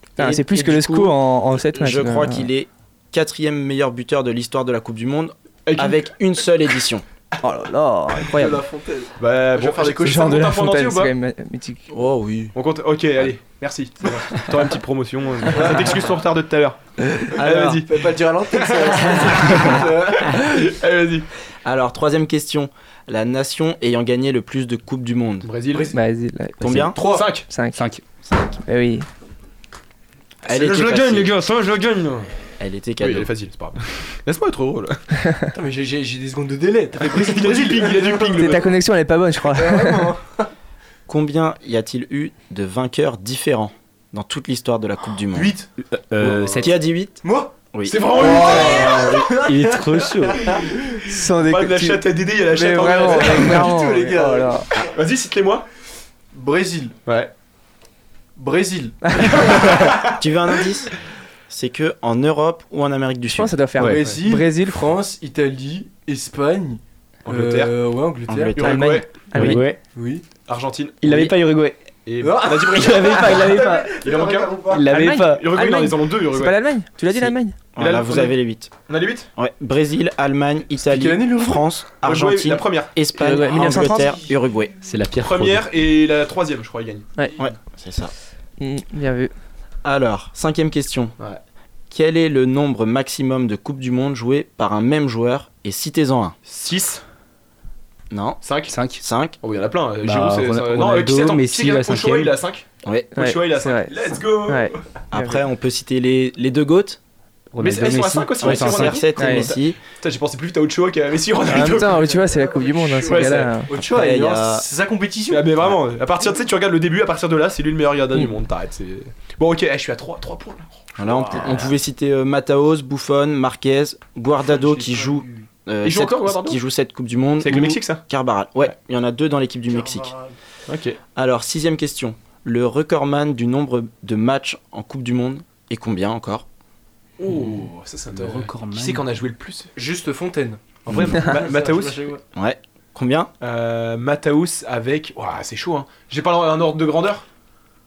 [SPEAKER 11] Putain,
[SPEAKER 13] Et-
[SPEAKER 11] C'est
[SPEAKER 13] et
[SPEAKER 11] plus que
[SPEAKER 13] du
[SPEAKER 11] le
[SPEAKER 13] coup,
[SPEAKER 11] SCO en, en 7 matchs.
[SPEAKER 13] Je crois
[SPEAKER 11] euh,
[SPEAKER 13] qu'il est quatrième meilleur buteur de l'histoire de la Coupe du Monde
[SPEAKER 10] Avec une-
[SPEAKER 13] avec une seule édition.
[SPEAKER 11] Oh là là, incroyable.
[SPEAKER 1] Fontaine.
[SPEAKER 10] Bah,
[SPEAKER 11] Je vais
[SPEAKER 10] bon,
[SPEAKER 11] faire des
[SPEAKER 10] ça
[SPEAKER 11] cochons.
[SPEAKER 10] compte
[SPEAKER 11] Jean de la
[SPEAKER 10] un point
[SPEAKER 11] Fontaine,
[SPEAKER 10] d'entier ou
[SPEAKER 11] c'est
[SPEAKER 10] pas
[SPEAKER 11] quand même mythique.
[SPEAKER 13] Oh oui.
[SPEAKER 10] On compte. Ok, allez, merci. c'est bon. T'auras une petite promotion. euh, Ça t'excuse ton retard de tout à l'heure. Allez,
[SPEAKER 13] Alors.
[SPEAKER 10] Ah, vas-y.
[SPEAKER 1] Faut pas le dire à l'antenne, ça.
[SPEAKER 10] Allez, vas-y.
[SPEAKER 13] Alors, troisième question. La nation ayant gagné le plus de Coupes du Monde
[SPEAKER 10] Brésil.
[SPEAKER 11] Vas-y, là,
[SPEAKER 13] Combien
[SPEAKER 10] 3. 5.
[SPEAKER 11] 5.
[SPEAKER 2] 5.
[SPEAKER 11] Eh oui.
[SPEAKER 13] Elle était
[SPEAKER 10] je le gagne,
[SPEAKER 13] facile.
[SPEAKER 10] les gars, ça, je le gagne.
[SPEAKER 13] Elle était
[SPEAKER 10] Oui,
[SPEAKER 13] cadeau.
[SPEAKER 10] elle est facile, c'est pas grave. Laisse-moi être heureux là.
[SPEAKER 1] Putain, mais j'ai- j'ai j'ai des secondes de délai. T'as fait Brésil,
[SPEAKER 10] Il a du
[SPEAKER 1] Brésil.
[SPEAKER 10] ping, il a du ping. le
[SPEAKER 11] Ta
[SPEAKER 10] mec.
[SPEAKER 11] connexion, elle est pas bonne, je crois.
[SPEAKER 1] hein.
[SPEAKER 13] Combien y a-t-il eu de vainqueurs différents dans toute l'histoire de la Coupe du Monde
[SPEAKER 1] 8
[SPEAKER 13] euh, Qui a dit Ah, 8
[SPEAKER 1] Moi
[SPEAKER 13] Oui.
[SPEAKER 10] Oh, C'est vraiment
[SPEAKER 2] Il est trop chaud.
[SPEAKER 10] Pas
[SPEAKER 11] Sans
[SPEAKER 10] de la
[SPEAKER 11] déconner.
[SPEAKER 10] chatte à Dédé, il y a la
[SPEAKER 11] Mais
[SPEAKER 10] chatte en
[SPEAKER 11] vraiment, mais clairement.
[SPEAKER 1] les gars.
[SPEAKER 11] Oh là.
[SPEAKER 10] Vas-y, cite-les-moi.
[SPEAKER 1] Brésil.
[SPEAKER 10] Ouais.
[SPEAKER 1] Brésil.
[SPEAKER 13] Tu veux un indice C'est que en Europe ou en Amérique du
[SPEAKER 11] Je
[SPEAKER 13] Sud.
[SPEAKER 11] pense que ça doit faire
[SPEAKER 1] Brésil.
[SPEAKER 11] Brésil,
[SPEAKER 1] France, Italie, Espagne.
[SPEAKER 10] Angleterre.
[SPEAKER 1] Euh, ouais, Angleterre.
[SPEAKER 13] Angleterre.
[SPEAKER 10] Uruguay,
[SPEAKER 11] Allemagne.
[SPEAKER 2] Ouais.
[SPEAKER 1] Oui.
[SPEAKER 10] Argentine.
[SPEAKER 2] Il l'avait
[SPEAKER 13] Oui.
[SPEAKER 2] pas Uruguay.
[SPEAKER 10] Et.
[SPEAKER 1] Ah.
[SPEAKER 10] On a dit
[SPEAKER 2] Il
[SPEAKER 10] Brésil.
[SPEAKER 2] l'avait pas, il l'avait pas.
[SPEAKER 10] Il en manque un.
[SPEAKER 2] Il l'avait
[SPEAKER 11] Allemagne.
[SPEAKER 2] pas.
[SPEAKER 10] Uruguay, non,
[SPEAKER 11] Allemagne.
[SPEAKER 10] ils en ont deux,
[SPEAKER 11] C'est pas
[SPEAKER 10] Uruguay.
[SPEAKER 11] l'Allemagne Tu l'as dit
[SPEAKER 13] Si.
[SPEAKER 11] l'Allemagne
[SPEAKER 10] Il a
[SPEAKER 13] Là,
[SPEAKER 10] le
[SPEAKER 13] vous
[SPEAKER 10] premier.
[SPEAKER 13] avez les 8.
[SPEAKER 10] On a les 8
[SPEAKER 13] Ouais. Brésil, Allemagne, Italie,
[SPEAKER 1] quelle année, l'Uruguay
[SPEAKER 13] France, Argentine,
[SPEAKER 10] la première.
[SPEAKER 13] Espagne,
[SPEAKER 11] Uruguay, 1930.
[SPEAKER 13] Angleterre, Uruguay.
[SPEAKER 2] C'est la pire
[SPEAKER 10] Première et la troisième, je crois, il gagne.
[SPEAKER 13] C'est ça.
[SPEAKER 11] Mm, Bien vu.
[SPEAKER 13] Alors, cinquième question.
[SPEAKER 10] Ouais.
[SPEAKER 13] Quel est le nombre maximum de Coupes du Monde jouées par un même joueur Et citez-en un.
[SPEAKER 10] 6,
[SPEAKER 13] Non.
[SPEAKER 10] 5.
[SPEAKER 2] 5.
[SPEAKER 13] 5.
[SPEAKER 10] Oh, il y en a plein. euh,
[SPEAKER 2] Bah,
[SPEAKER 10] Giroud, c'est.
[SPEAKER 2] Rona-
[SPEAKER 10] c'est- Non,
[SPEAKER 2] Ronaldo,
[SPEAKER 10] euh, qui c'est- attends,
[SPEAKER 2] Messi,
[SPEAKER 10] qui gagne
[SPEAKER 2] la cinquième.
[SPEAKER 10] Ochoa, il a 5.
[SPEAKER 13] Ouais.
[SPEAKER 10] Ochoa, il a
[SPEAKER 11] c'est
[SPEAKER 10] 5.
[SPEAKER 11] vrai.
[SPEAKER 10] Let's go
[SPEAKER 11] Ouais.
[SPEAKER 13] Après, on peut citer les, les deux GOAT.
[SPEAKER 10] Mais elles sont à cinq Ah, aussi,
[SPEAKER 13] Ouais,
[SPEAKER 10] Messi, Ronaldo.
[SPEAKER 13] CR7 et
[SPEAKER 11] Ouais.
[SPEAKER 13] Messi.
[SPEAKER 10] Putain, j'ai pensé plus vite à Ochoa qu'à Messi
[SPEAKER 11] En même
[SPEAKER 10] Ronaldo.
[SPEAKER 11] temps, mais tu vois, c'est la Coupe du Monde, hein, ces
[SPEAKER 10] Ouais,
[SPEAKER 11] gars-là.
[SPEAKER 1] Ochoa,
[SPEAKER 13] Ouais,
[SPEAKER 1] il
[SPEAKER 13] y
[SPEAKER 1] est-
[SPEAKER 13] a-
[SPEAKER 1] c'est sa compétition.
[SPEAKER 10] Ah, mais vraiment, à partir de ça, tu regardes le début, à partir de là, c'est lui le meilleur gardien
[SPEAKER 11] Mm.
[SPEAKER 10] du monde. T'arrêtes, c'est. Bon, ok, eh, je suis à 3, 3 points là.
[SPEAKER 2] Voilà, on, on pouvait citer euh, Mataos, Buffon, Marquez, Guardado qui joue, euh,
[SPEAKER 10] Il joue
[SPEAKER 2] cette-
[SPEAKER 10] encore, Guardado
[SPEAKER 2] qui joue cette Coupe du Monde.
[SPEAKER 10] C'est avec le
[SPEAKER 2] ou
[SPEAKER 10] Mexique, ça
[SPEAKER 2] Carbaral. Ouais, il y en a deux dans l'équipe du Mexique.
[SPEAKER 10] Ok.
[SPEAKER 2] Alors, sixième question. Le recordman du nombre de matchs en Coupe du Monde est combien encore
[SPEAKER 10] Oh, ça c'est un record. Qui c'est qu'on a joué le plus
[SPEAKER 1] Juste Fontaine.
[SPEAKER 10] En vrai, Ma- Mataos
[SPEAKER 2] Ouais. Combien
[SPEAKER 10] euh, Mataus avec. Ouah, c'est chaud, hein. J'ai pas un ordre de grandeur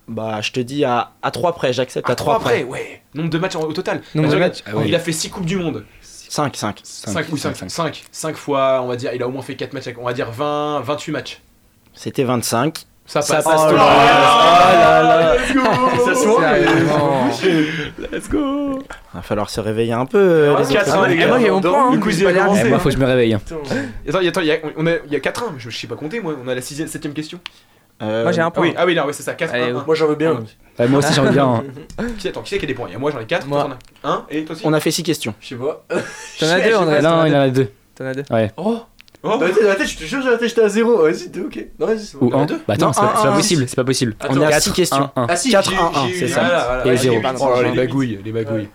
[SPEAKER 2] Bah, je te dis à, à 3 près, j'accepte à,
[SPEAKER 10] À 3
[SPEAKER 2] 3
[SPEAKER 10] près, ouais. Nombre de matchs en- au total.
[SPEAKER 2] Nombre
[SPEAKER 10] Parce
[SPEAKER 2] de
[SPEAKER 10] que
[SPEAKER 2] matchs, ah ouais.
[SPEAKER 10] Il a fait 6 Coupes du Monde.
[SPEAKER 2] 5, 5.
[SPEAKER 10] 5 ou 5 5 5 fois, on va dire, il a au moins fait 4 matchs, avec- on va dire 20, 28 matchs.
[SPEAKER 2] C'était 25.
[SPEAKER 10] Ça passe.
[SPEAKER 2] passe.
[SPEAKER 10] Oh
[SPEAKER 2] tout.
[SPEAKER 10] Ah là là.
[SPEAKER 2] Let's go.
[SPEAKER 10] Ça se voit, mais-
[SPEAKER 2] Sérieusement.
[SPEAKER 10] Euh, Let's go
[SPEAKER 2] Il va falloir se réveiller un peu. euh, les autres.
[SPEAKER 10] Le quiz il a hein. commencé.
[SPEAKER 13] Eh, moi, faut que je me réveille. hein.
[SPEAKER 10] Attends, attends, il y a- on a- il y a 4 ans, je je sais pas compter moi, on a la 6 7 question.
[SPEAKER 2] Euh,
[SPEAKER 10] Ah Oui, ah oui, là, ouais, c'est ça, 4
[SPEAKER 2] Allez,
[SPEAKER 10] points.
[SPEAKER 2] moi, j'en veux bien.
[SPEAKER 13] Ouais, moi aussi, j'en veux bien, hein.
[SPEAKER 10] Qui, attends, qui c'est qui a des points Il y a moi, j'en ai 4,
[SPEAKER 2] Moi.
[SPEAKER 10] toi t'en as 1 et toi aussi
[SPEAKER 2] On a fait 6 questions.
[SPEAKER 1] Je sais pas.
[SPEAKER 11] T'en as deux, André
[SPEAKER 13] Non, il en a deux.
[SPEAKER 11] T'en as deux
[SPEAKER 13] Ouais.
[SPEAKER 1] Oh
[SPEAKER 10] Oh.
[SPEAKER 1] Dans la tête, dans la tête, je te jure, dans la tête, j'étais à zéro. Vas-y, t'es ok. Non, vas-y, c'est bon. Ah,
[SPEAKER 13] Ou un Bah attends,
[SPEAKER 1] Non,
[SPEAKER 13] c'est pas,
[SPEAKER 1] un,
[SPEAKER 13] c'est pas
[SPEAKER 1] un,
[SPEAKER 13] possible,
[SPEAKER 1] un.
[SPEAKER 13] c'est pas possible.
[SPEAKER 1] Attends, On est à six
[SPEAKER 2] questions.
[SPEAKER 1] Ah si,
[SPEAKER 2] 4,
[SPEAKER 1] j'ai-
[SPEAKER 2] 1, 1,
[SPEAKER 1] j'ai-
[SPEAKER 2] c'est
[SPEAKER 1] voilà,
[SPEAKER 2] ça.
[SPEAKER 1] voilà, Et j'ai zéro.
[SPEAKER 10] huit, Oh là là, les bagouilles, les bagouilles.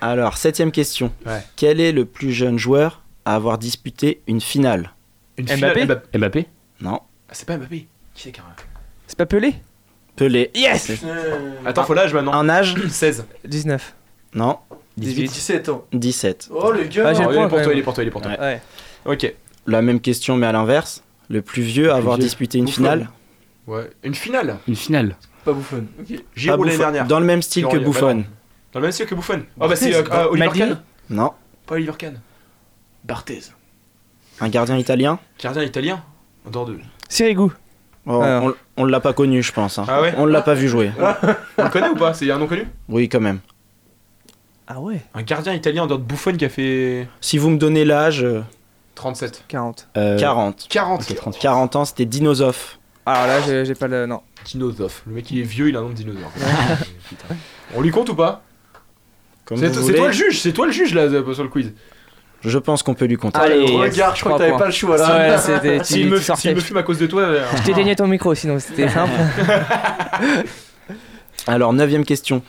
[SPEAKER 2] Alors, septième question.
[SPEAKER 10] Ouais.
[SPEAKER 2] Quel est le plus jeune joueur à avoir disputé une finale
[SPEAKER 10] Une finale, Mbappé Mbappé.
[SPEAKER 2] Non.
[SPEAKER 10] Ah, c'est pas Mbappé. Qui c'est qui a
[SPEAKER 11] C'est pas Pelé
[SPEAKER 2] Pelé.
[SPEAKER 1] ah,
[SPEAKER 11] Yes
[SPEAKER 10] Attends, faut l'âge maintenant.
[SPEAKER 2] Un âge
[SPEAKER 10] 16.
[SPEAKER 11] 19.
[SPEAKER 2] Non.
[SPEAKER 11] 18.
[SPEAKER 1] 17 ans.
[SPEAKER 2] 17.
[SPEAKER 1] Oh le gars.
[SPEAKER 11] Ah, j'ai le
[SPEAKER 10] Oh, il est pour
[SPEAKER 11] point, quand
[SPEAKER 10] toi,
[SPEAKER 11] même.
[SPEAKER 10] il est pour toi, il est pour toi.
[SPEAKER 11] Ouais.
[SPEAKER 10] Ok.
[SPEAKER 2] La même question, mais à l'inverse. Le plus vieux à avoir
[SPEAKER 10] vieux.
[SPEAKER 2] disputé une
[SPEAKER 10] Buffon.
[SPEAKER 2] finale
[SPEAKER 10] Ouais. Une finale
[SPEAKER 13] Une finale.
[SPEAKER 1] Pas bouffonne. Ok.
[SPEAKER 10] Giroud l'année
[SPEAKER 2] Pas Buffon.
[SPEAKER 10] dernière.
[SPEAKER 2] Dans le même style
[SPEAKER 10] Non,
[SPEAKER 2] que
[SPEAKER 10] il y a- bah
[SPEAKER 2] Buffon.
[SPEAKER 10] non. Dans le même style que Buffon. Ah bah c'est euh, euh, Oliver
[SPEAKER 11] Maldini.
[SPEAKER 10] Kahn.
[SPEAKER 2] Non.
[SPEAKER 10] Pas Oliver Kahn. Barthez.
[SPEAKER 2] Un gardien italien
[SPEAKER 10] Gardien italien. En dehors de.
[SPEAKER 11] Sirigu.
[SPEAKER 2] Oh,
[SPEAKER 11] Ah.
[SPEAKER 2] On, on l'a pas connu, je pense. hein.
[SPEAKER 10] Ah ouais
[SPEAKER 2] on l'a pas vu jouer.
[SPEAKER 10] On le connaît ou pas C'est un nom connu
[SPEAKER 2] Oui, quand même.
[SPEAKER 11] Ah ouais
[SPEAKER 10] Un gardien italien en dehors de Buffon qui a fait
[SPEAKER 2] Si vous me donnez l'âge, euh,
[SPEAKER 10] 37.
[SPEAKER 11] 40.
[SPEAKER 13] Euh,
[SPEAKER 2] 40.
[SPEAKER 10] 40.
[SPEAKER 2] 40 ans, c'était Dinosof.
[SPEAKER 11] Alors là, j'ai j'ai pas le. Non.
[SPEAKER 10] Dinosaure. Le mec il est vieux, il a un nom de dinosaure. Putain. On lui compte ou pas
[SPEAKER 2] Comme
[SPEAKER 10] C'est
[SPEAKER 2] vous
[SPEAKER 10] c'est
[SPEAKER 2] voulez.
[SPEAKER 10] toi le juge, c'est toi le juge là euh, sur le quiz.
[SPEAKER 2] Je pense qu'on peut lui compter.
[SPEAKER 11] Allez,
[SPEAKER 1] Regarde, je
[SPEAKER 11] trois
[SPEAKER 1] crois que t'avais
[SPEAKER 11] points.
[SPEAKER 1] pas le choix
[SPEAKER 11] Ah
[SPEAKER 1] là.
[SPEAKER 11] ouais, c'était. tu-
[SPEAKER 10] S'il
[SPEAKER 11] tu
[SPEAKER 10] me,
[SPEAKER 11] sortais.
[SPEAKER 10] s'il me fume à cause de toi. euh,
[SPEAKER 11] Je t'ai dénié ton micro, sinon c'était simple.
[SPEAKER 2] Alors, neuvième question.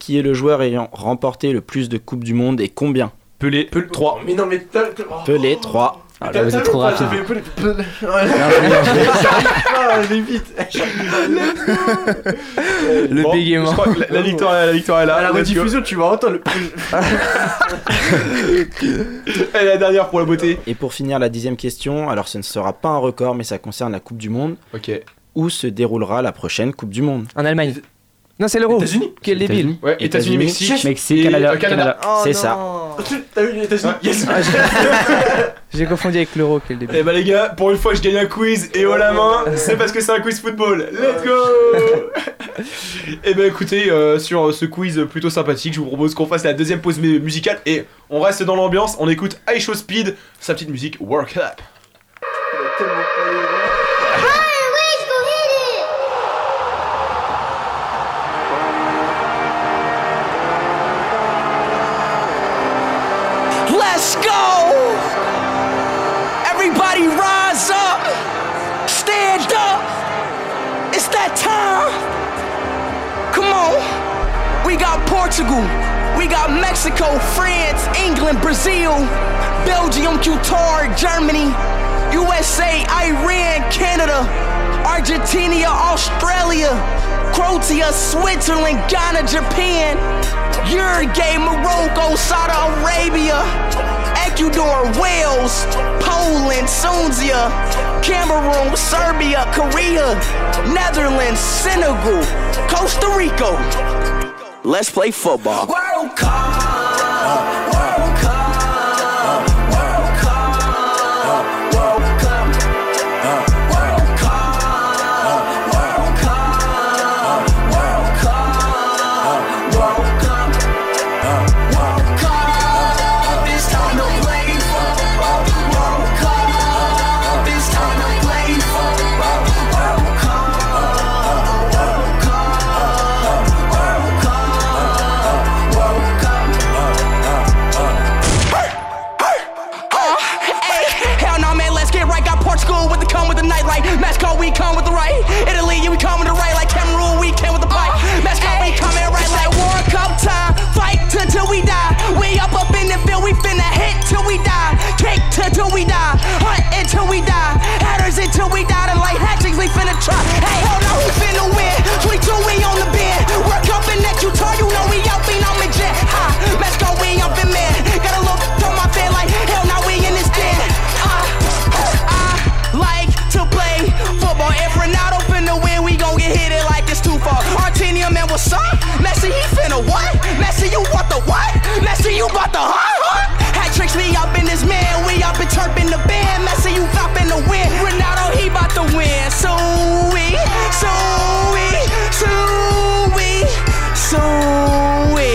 [SPEAKER 2] Qui est le joueur ayant remporté le plus de Coupes du Monde et combien
[SPEAKER 10] Pelé.
[SPEAKER 1] 3. Mais non mais t'as. oh.
[SPEAKER 2] Pelé, 3.
[SPEAKER 1] Mais
[SPEAKER 13] là,
[SPEAKER 1] t'as-
[SPEAKER 13] vous êtes
[SPEAKER 1] t'as
[SPEAKER 13] Ah, trop
[SPEAKER 1] le pas, ça
[SPEAKER 13] rapide.
[SPEAKER 1] fait peu- peu-
[SPEAKER 10] Ah,
[SPEAKER 1] J'arrive pas, allez vite.
[SPEAKER 11] Le
[SPEAKER 10] Bon,
[SPEAKER 11] bégaiement.
[SPEAKER 10] je crois que la, la victoire, est- la victoire est là.
[SPEAKER 1] À Bah, la
[SPEAKER 10] Let's go.
[SPEAKER 1] rediffusion, tu vas entendre le.
[SPEAKER 10] Elle est la dernière pour la beauté.
[SPEAKER 2] Et pour finir, la dixième question. Alors, ce ne sera pas un record, mais ça concerne la Coupe du Monde.
[SPEAKER 10] Ok.
[SPEAKER 2] Où se déroulera la prochaine Coupe du Monde
[SPEAKER 11] En Allemagne. Non, c'est l'euro.
[SPEAKER 1] États-Unis.
[SPEAKER 11] Quel débile.
[SPEAKER 10] Ouais, États-Unis,
[SPEAKER 2] États-Unis, Oh,
[SPEAKER 10] Mexique.
[SPEAKER 13] Mexique,
[SPEAKER 10] et,
[SPEAKER 13] Canada,
[SPEAKER 10] euh, Canada.
[SPEAKER 2] C'est
[SPEAKER 11] ça.
[SPEAKER 1] T'as vu les
[SPEAKER 11] Ah,
[SPEAKER 1] États-Unis Yes.
[SPEAKER 11] J'ai confondu avec l'euro, quel débile.
[SPEAKER 10] Eh bah les gars, pour une fois je gagne un quiz et haut la main, c'est parce que c'est un quiz football. Let's go Eh bah écoutez, euh, sur ce quiz plutôt sympathique, je vous propose qu'on fasse la deuxième pause mu- musicale et on reste dans l'ambiance, on écoute I Show Speed, sa petite musique Work Up.
[SPEAKER 15] Let's go! Everybody rise up! Stand up! It's that time! Come on! We got Portugal, we got Mexico, France, England, Brazil, Belgium, Qatar, Germany, USA, Iran, Canada, Argentina, Australia, Croatia, Switzerland, Ghana, Japan, Uruguay, Morocco, Saudi Arabia, Ecuador, Wales, Poland, Sunzia, Cameroon, Serbia, Korea, Netherlands, Senegal, Costa Rica. Let's play football. World Cup. World Cup. World Cup. World Cup. World Cup. World Cup. World Cup. World Cup. World Cup. It's time to play football. World Cup. It's time to play football. World Cup. World Cup. World Cup. World Cup. Uh, ay, hell no, man, let's get right. Got Portugal with the come with the night light. Mexico, we come with the right. Italy, yeah, we come with the right. Like Cameroon, we came with the bite. Mexico, we coming right. It's like World Cup time for till we die to like hatchings, we finna try. Hey, hell no, who finna win? We two, we on the bed. We're coming at you, tall, you know we out, being on the jet. Ah, let's go, we up in man. Got a look on my bed like, hell no, we in this den. Ah, I like to play football. If Ronaldo finna win, we gon' get hit it like it's too far. Artenia, man, what's up? Messi, he finna what? Messi, you want the what? Messi, you bought the hot, hot? Hat tricks, we up in this man. We up and turpin' the band. Messi, you flopping the win. Ronaldo, he bout to win. So we, so we, so we, so we.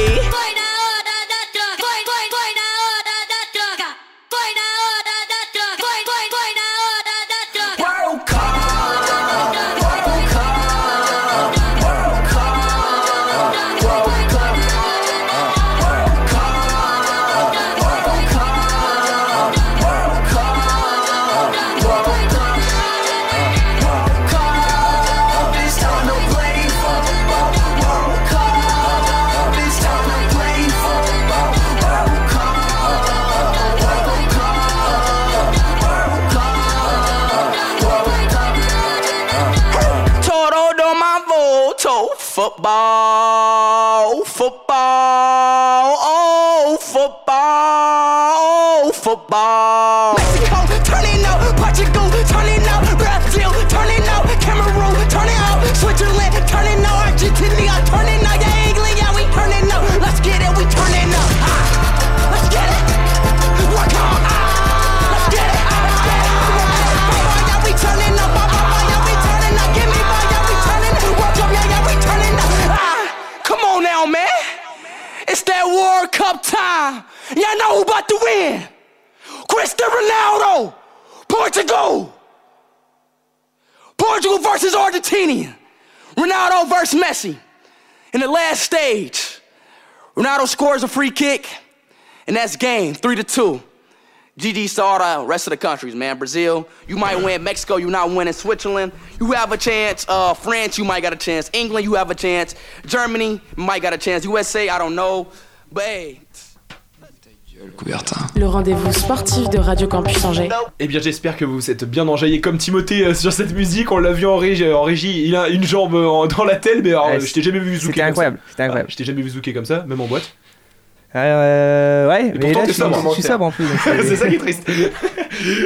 [SPEAKER 15] Toro do my voto. Football, football, oh, football, oh, football. Mexico, turn it up. Portugal, turn it up. Brazil, turn it up. Cameroon, turn it up. Switzerland, turn it up. Argentina, turn it up. Yeah, England, yeah, we turn it up. Let's get it, we turn it up. Ah, let's get it. Work hard. Ah, let's get it. Ah, let's get it. Ah, yeah, we turning up. Ah, yeah, we turning up. Give me fire, yeah, we turning up. Work up, yeah, yeah, we turning up. Ah, come on now, man. It's that World Cup time. Y'all know who about to win. Cristiano Ronaldo, Portugal. Portugal versus Argentina. Ronaldo versus Messi. In the last stage, Ronaldo scores a free kick, and that's game three to two. GG's to all the rest of the countries, man. Brazil, you might win. Mexico, you're not winning. Switzerland, you have a chance. Uh, France, you might got a chance. England, you have a chance. Germany, might got a chance. USA, I don't know. But hey,
[SPEAKER 16] Le rendez-vous sportif de Radio Campus Angers.
[SPEAKER 10] Eh bien, j'espère que vous êtes bien enjaillés comme Timothée euh, sur cette musique. On l'a vu en régie, euh, en régie, il a une jambe euh, en- dans la tête, mais alors,
[SPEAKER 11] Ouais,
[SPEAKER 10] euh, je t'ai jamais vu zouker.
[SPEAKER 11] c'était
[SPEAKER 10] comme
[SPEAKER 11] incroyable,
[SPEAKER 10] ça.
[SPEAKER 11] c'était incroyable.
[SPEAKER 10] Ah, je t'ai jamais vu zouker comme ça, même en boîte.
[SPEAKER 11] Euh, ouais,
[SPEAKER 10] Et
[SPEAKER 11] mais
[SPEAKER 10] pourtant,
[SPEAKER 11] là,
[SPEAKER 10] t'es
[SPEAKER 11] je, suis-
[SPEAKER 10] sobre.
[SPEAKER 11] je suis sobre en plus. donc euh,
[SPEAKER 10] c'est ça qui est triste.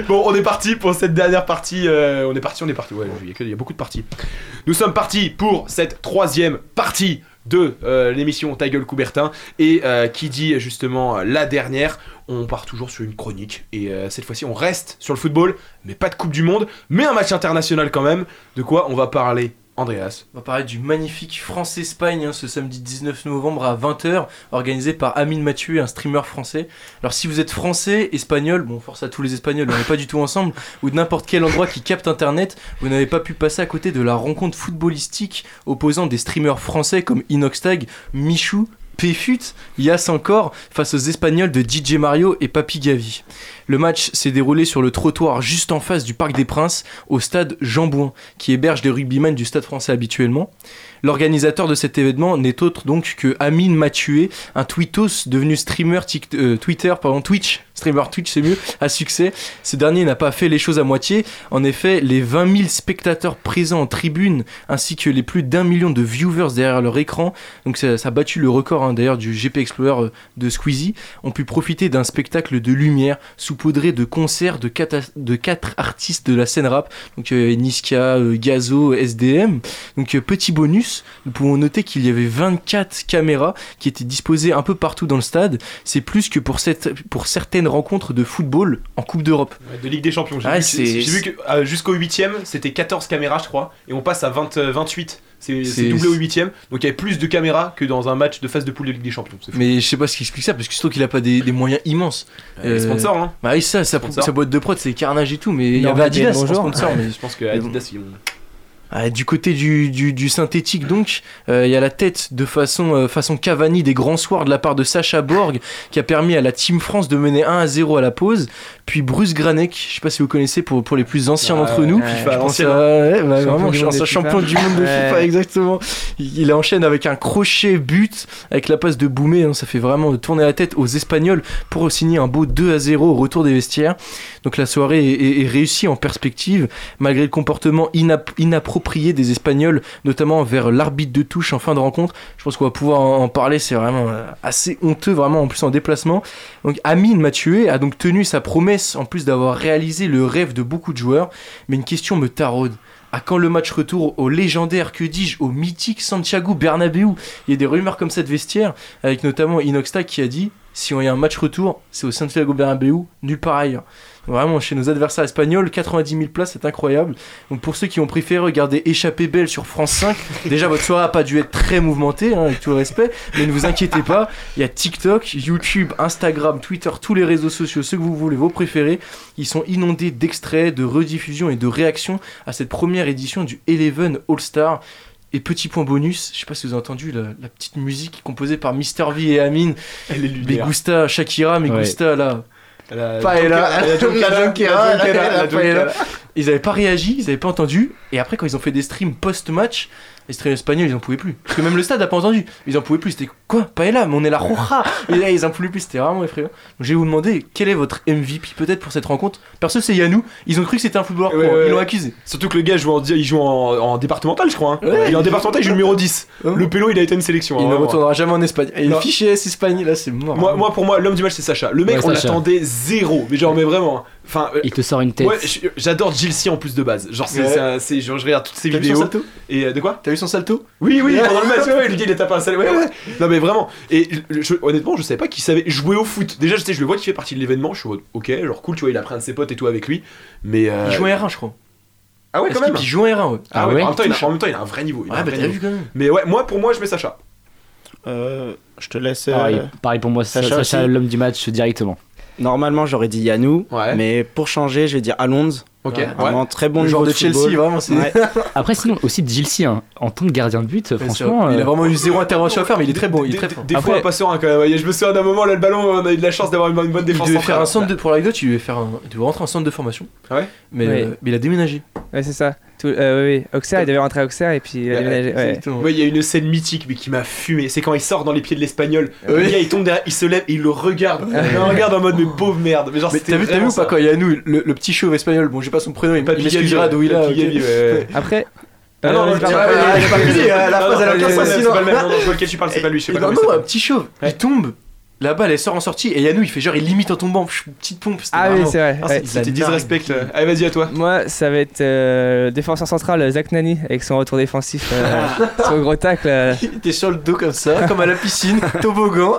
[SPEAKER 10] bon, on est parti pour cette dernière partie. euh, on est parti, on est parti. Ouais, il y a que- il y, a beaucoup de parties. Nous sommes partis pour cette troisième partie de euh, l'émission Ta gueule Coubertin. Et euh, qui dit justement euh, la dernière, on part toujours sur une chronique. Et euh, cette fois-ci, on reste sur le football, mais pas de Coupe du Monde, mais un match international quand même. De quoi on va parler, Andreas
[SPEAKER 1] On va parler du magnifique France-Espagne hein, ce samedi 19 novembre à 20h, organisé par Amine Mathieu, un streamer français. Alors si vous êtes français, espagnol, bon force à tous les espagnols, on n'est pas du tout ensemble, ou de n'importe quel endroit qui capte internet, vous n'avez pas pu passer à côté de la rencontre footballistique opposant des streamers français comme Inoxtag, Michou, Péfut, Yass encore, face aux Espagnols de DJ Mario et Papi Gavi. Le match s'est déroulé sur le trottoir juste en face du Parc des Princes, au stade Jambouin, qui héberge les rugbymen du stade français habituellement. L'organisateur de cet événement n'est autre donc que Amine Mathieu, un tweetos devenu streamer tic- euh, Twitter, pardon, Twitch, streamer Twitch c'est mieux, à succès. Ce dernier n'a pas fait les choses à moitié. En effet, les 20 000 spectateurs présents en tribune, ainsi que les plus d'un million de viewers derrière leur écran, donc ça, ça a battu le record hein, d'ailleurs du GP Explorer euh, de Squeezie, ont pu profiter d'un spectacle de lumière saupoudré de concerts de quatre, as- de quatre artistes de la scène rap, donc euh, Niska, euh, Gazo, SDM. Donc euh, petit bonus, nous pouvons noter qu'il y avait 24 caméras qui étaient disposées un peu partout dans le stade. C'est plus que pour, cette, pour certaines rencontres de football en Coupe d'Europe.
[SPEAKER 10] De Ligue des Champions. J'ai
[SPEAKER 1] Ah,
[SPEAKER 10] vu,
[SPEAKER 1] c'est-
[SPEAKER 10] j'ai vu que euh, jusqu'au 8ème, c'était 14 caméras, je crois, et on passe à 20, euh, 28. C'est c'est
[SPEAKER 1] C'est-
[SPEAKER 10] doublé au 8ème, donc il y avait plus de caméras que dans un match de phase de poule de Ligue des Champions. C'est fou.
[SPEAKER 1] Mais je sais pas ce qui explique ça, parce que surtout qu'il a pas des, des moyens immenses.
[SPEAKER 10] Euh, les sponsors, hein.
[SPEAKER 1] Bah oui, ça, sa,
[SPEAKER 10] Sponsors.
[SPEAKER 1] sa boîte de prod, c'est carnage et tout, mais il y
[SPEAKER 10] Non,
[SPEAKER 1] avait
[SPEAKER 10] mais bien,
[SPEAKER 1] Adidas en
[SPEAKER 10] bonjour.
[SPEAKER 1] sponsor.
[SPEAKER 10] Ouais,
[SPEAKER 1] mais-
[SPEAKER 10] je pense que
[SPEAKER 1] mais bon.
[SPEAKER 10] Adidas, ils ont-
[SPEAKER 1] Ah, du côté du, du- du synthétique, donc, euh, il y a la tête de façon, euh, façon Cavani des grands soirs de la part de Sacha Borg qui a permis à la Team France de mener 1 à 0 à la pause. Puis Bruce Granek, je sais pas si vous connaissez pour, pour les plus anciens
[SPEAKER 10] Ah,
[SPEAKER 1] d'entre nous.
[SPEAKER 10] ouais, FIFA,
[SPEAKER 1] je pense
[SPEAKER 10] l'ancien,
[SPEAKER 1] à-
[SPEAKER 10] hein.
[SPEAKER 1] ouais, bah,
[SPEAKER 10] Champion
[SPEAKER 1] vraiment,
[SPEAKER 10] du
[SPEAKER 1] je
[SPEAKER 10] monde
[SPEAKER 1] pense
[SPEAKER 10] de
[SPEAKER 1] à champion
[SPEAKER 10] FIFA.
[SPEAKER 1] du monde de
[SPEAKER 10] Ouais.
[SPEAKER 1] FIFA, exactement. Il il enchaîne avec un crochet but avec la passe de Boumé. hein, ça fait vraiment tourner la tête aux Espagnols pour signer un beau 2 à 0 au retour des vestiaires. Donc la soirée est, est- est réussie en perspective malgré le comportement inap- inapproprié des Espagnols, notamment vers l'arbitre de touche en fin de rencontre. Je pense qu'on va pouvoir en, en parler. C'est vraiment euh, assez honteux, vraiment en plus en déplacement. Donc Amine Mathieu a donc tenu sa promesse en plus d'avoir réalisé le rêve de beaucoup de joueurs. Mais une question me taraude. À Ah, quand le match retour au légendaire, que dis-je, au mythique Santiago Bernabéu Il y a des rumeurs comme ça de vestiaire, avec notamment Inoxta qui a dit si on y a un match retour, c'est au Santiago Bernabéu, nulle part ailleurs. Vraiment, chez nos adversaires espagnols, 90 000 places, c'est incroyable. Donc pour ceux qui ont préféré regarder Échapper Belle sur France 5, déjà votre soirée a pas dû être très mouvementée, hein, avec tout le respect, mais ne vous inquiétez pas, il y a TikTok, YouTube, Instagram, Twitter, tous les réseaux sociaux, ceux que vous voulez, vos préférés, ils sont inondés d'extraits, de rediffusions et de réactions à cette première édition du Eleven All-Star. Et petit point bonus, je sais pas si vous avez entendu la, la petite musique composée par Mister V et Amine.
[SPEAKER 10] Elle est lunaire.
[SPEAKER 1] Megusta Shakira, Megusta là.
[SPEAKER 10] La
[SPEAKER 1] Paella,
[SPEAKER 10] la Jonquera, la
[SPEAKER 1] la Jonquera,
[SPEAKER 10] Jonquera,
[SPEAKER 1] la
[SPEAKER 10] la Jonquera.
[SPEAKER 1] Paella. Ils avaient pas réagi, ils avaient pas entendu. Et après, quand ils ont fait des streams post-match, les streams espagnols, ils en pouvaient plus. Parce que même le stade a pas entendu. Ils en pouvaient plus. C'était quoi Paella, mais on est la roja. Et là, ils en pouvaient plus. C'était vraiment effrayant. Donc, je vais vous demander quel est votre MVP peut-être pour cette rencontre. Perso, c'est Yanou. Ils ont cru que c'était un footballeur. pro. Ils l'ont accusé.
[SPEAKER 10] Surtout que le gars joue en, il joue en, en départemental, je crois. hein.
[SPEAKER 1] Ouais. Oh.
[SPEAKER 10] Il est en départemental, il joue numéro 10. Le pélo, il a été à une sélection.
[SPEAKER 1] Il
[SPEAKER 10] hein,
[SPEAKER 1] ne
[SPEAKER 10] vraiment.
[SPEAKER 1] retournera jamais en Espagne. Et
[SPEAKER 10] Non.
[SPEAKER 1] le fichier S Espagne, là, c'est mort.
[SPEAKER 10] Moi, moi, pour moi, l'homme du match, c'est Sacha. Le mec,
[SPEAKER 1] Ouais,
[SPEAKER 10] on
[SPEAKER 1] Sacha.
[SPEAKER 10] l'attendait zéro. Mais genre, mais vraiment. hein. Enfin, euh,
[SPEAKER 2] Il te sort une tête.
[SPEAKER 10] Ouais, je- j'adore Gilcy en plus de base. Genre, c'est,
[SPEAKER 1] Ouais.
[SPEAKER 10] c'est un- c'est- genre, je regarde toutes ses
[SPEAKER 1] T'as vu son
[SPEAKER 10] vidéos.
[SPEAKER 1] salto
[SPEAKER 10] et euh, de quoi
[SPEAKER 1] T'as vu son salto
[SPEAKER 10] Oui, oui,
[SPEAKER 1] Ouais.
[SPEAKER 10] pendant le match, ouais, ouais, le gars il a tapé un salto. Ouais, ouais. Non, mais vraiment. Et je- je- honnêtement, je savais pas qu'il savait jouer au foot. Déjà, je sais, je le vois qui fait partie de l'événement. Je suis en mode, ok, genre cool, tu vois, il a pris un de ses potes et tout avec lui. Mais. euh,
[SPEAKER 1] Il jouait R1, je crois.
[SPEAKER 10] Ah ouais,
[SPEAKER 1] Parce
[SPEAKER 10] quand même.
[SPEAKER 1] qu'il joue en R1, ouais.
[SPEAKER 10] Ah ouais, en même temps, il a- en même temps, il a un vrai niveau. il a
[SPEAKER 1] Ouais,
[SPEAKER 10] un
[SPEAKER 1] bah,
[SPEAKER 10] vrai
[SPEAKER 1] t'as
[SPEAKER 10] niveau.
[SPEAKER 1] vu quand même.
[SPEAKER 10] Mais ouais, moi, pour moi, je mets Sacha.
[SPEAKER 2] Euh,
[SPEAKER 13] je te laisse.
[SPEAKER 2] Pareil, pareil pour moi, Sacha, Sacha, l'homme du match directement.
[SPEAKER 13] Normalement, j'aurais dit Yanou,
[SPEAKER 10] Ouais.
[SPEAKER 13] mais pour changer, je vais dire Alonso.
[SPEAKER 10] Ok,
[SPEAKER 13] Vraiment
[SPEAKER 2] ouais.
[SPEAKER 13] très bon
[SPEAKER 2] Le
[SPEAKER 13] niveau
[SPEAKER 2] joueur
[SPEAKER 13] de
[SPEAKER 2] de Chelsea,
[SPEAKER 1] hein.
[SPEAKER 13] football.
[SPEAKER 2] vraiment, c'est-
[SPEAKER 13] Ouais.
[SPEAKER 2] Après, sinon, aussi de Gilsi, hein, en tant que gardien de but, franchement.
[SPEAKER 1] Il a
[SPEAKER 2] euh,
[SPEAKER 1] vraiment eu zéro intervention à faire, mais il est très bon. Il est très fort.
[SPEAKER 10] Des fois, on passe sur un quand même. Et Je me souviens d'un moment, là, le ballon, on a eu de la chance d'avoir une bonne- une bonne
[SPEAKER 1] il
[SPEAKER 10] défense.
[SPEAKER 1] devait
[SPEAKER 10] centrale.
[SPEAKER 1] faire un centre de, pour l'anecdote, il devait faire un, il devait rentrer en centre de formation.
[SPEAKER 10] Ah Ouais.
[SPEAKER 1] Mais,
[SPEAKER 11] Ouais.
[SPEAKER 1] euh, mais il a déménagé.
[SPEAKER 11] Ouais, c'est ça. Tout- euh, oui, oui. Auxerre, il devait rentrer à Auxerre et puis il a déménagé. Ouais.
[SPEAKER 10] Ouais, il y a une scène mythique mais qui m'a fumé. C'est quand il sort dans les pieds de l'espagnol. Le
[SPEAKER 11] Ouais.
[SPEAKER 10] gars il tombe derrière, il se lève et il le regarde. Il le regarde en mode mais pauvre merde. Mais genre
[SPEAKER 1] Mais
[SPEAKER 10] c'était
[SPEAKER 1] t'as vu, t'as vu
[SPEAKER 10] vraiment
[SPEAKER 1] ou pas
[SPEAKER 10] ça.
[SPEAKER 1] quand Yanou, le, le petit chauve espagnol, bon j'ai pas son prénom, il,
[SPEAKER 10] Pas
[SPEAKER 1] il
[SPEAKER 10] Pigavi,
[SPEAKER 1] m'excusera d'où il
[SPEAKER 10] pas
[SPEAKER 1] a. ok.
[SPEAKER 10] Pigavi, ouais.
[SPEAKER 11] Après.
[SPEAKER 10] Ah non,
[SPEAKER 1] Euh,
[SPEAKER 10] non, je
[SPEAKER 1] tiens,
[SPEAKER 10] parle
[SPEAKER 1] ouais,
[SPEAKER 10] pas-
[SPEAKER 1] ouais,
[SPEAKER 10] j'ai pas
[SPEAKER 1] ouais,
[SPEAKER 10] fini,
[SPEAKER 1] ouais,
[SPEAKER 10] euh, la
[SPEAKER 1] non,
[SPEAKER 10] phrase,
[SPEAKER 1] non,
[SPEAKER 10] elle a aucun
[SPEAKER 1] non,
[SPEAKER 10] sens,
[SPEAKER 1] non,
[SPEAKER 10] c'est
[SPEAKER 1] non.
[SPEAKER 10] pas le même, non, non, je vois lequel tu parles, c'est pas lui, je sais
[SPEAKER 1] Et
[SPEAKER 10] pas
[SPEAKER 1] non,
[SPEAKER 10] comment il
[SPEAKER 1] non, un
[SPEAKER 10] s'appelle.
[SPEAKER 1] petit chauve, il tombe, la balle elle sort en sortie, et Yanou il fait genre il limite en tombant, pff, petite pompe. c'était
[SPEAKER 11] Ah oui,
[SPEAKER 1] vraiment-
[SPEAKER 11] c'est vrai.
[SPEAKER 1] Ah,
[SPEAKER 11] ouais.
[SPEAKER 1] c'était disrespect.
[SPEAKER 10] euh. Allez, vas-y, à toi.
[SPEAKER 11] Moi, ça va être euh, défenseur central Zach Nani avec son retour défensif, euh, son gros tacle. euh.
[SPEAKER 1] Il était sur le dos comme ça, comme à la piscine, toboggan.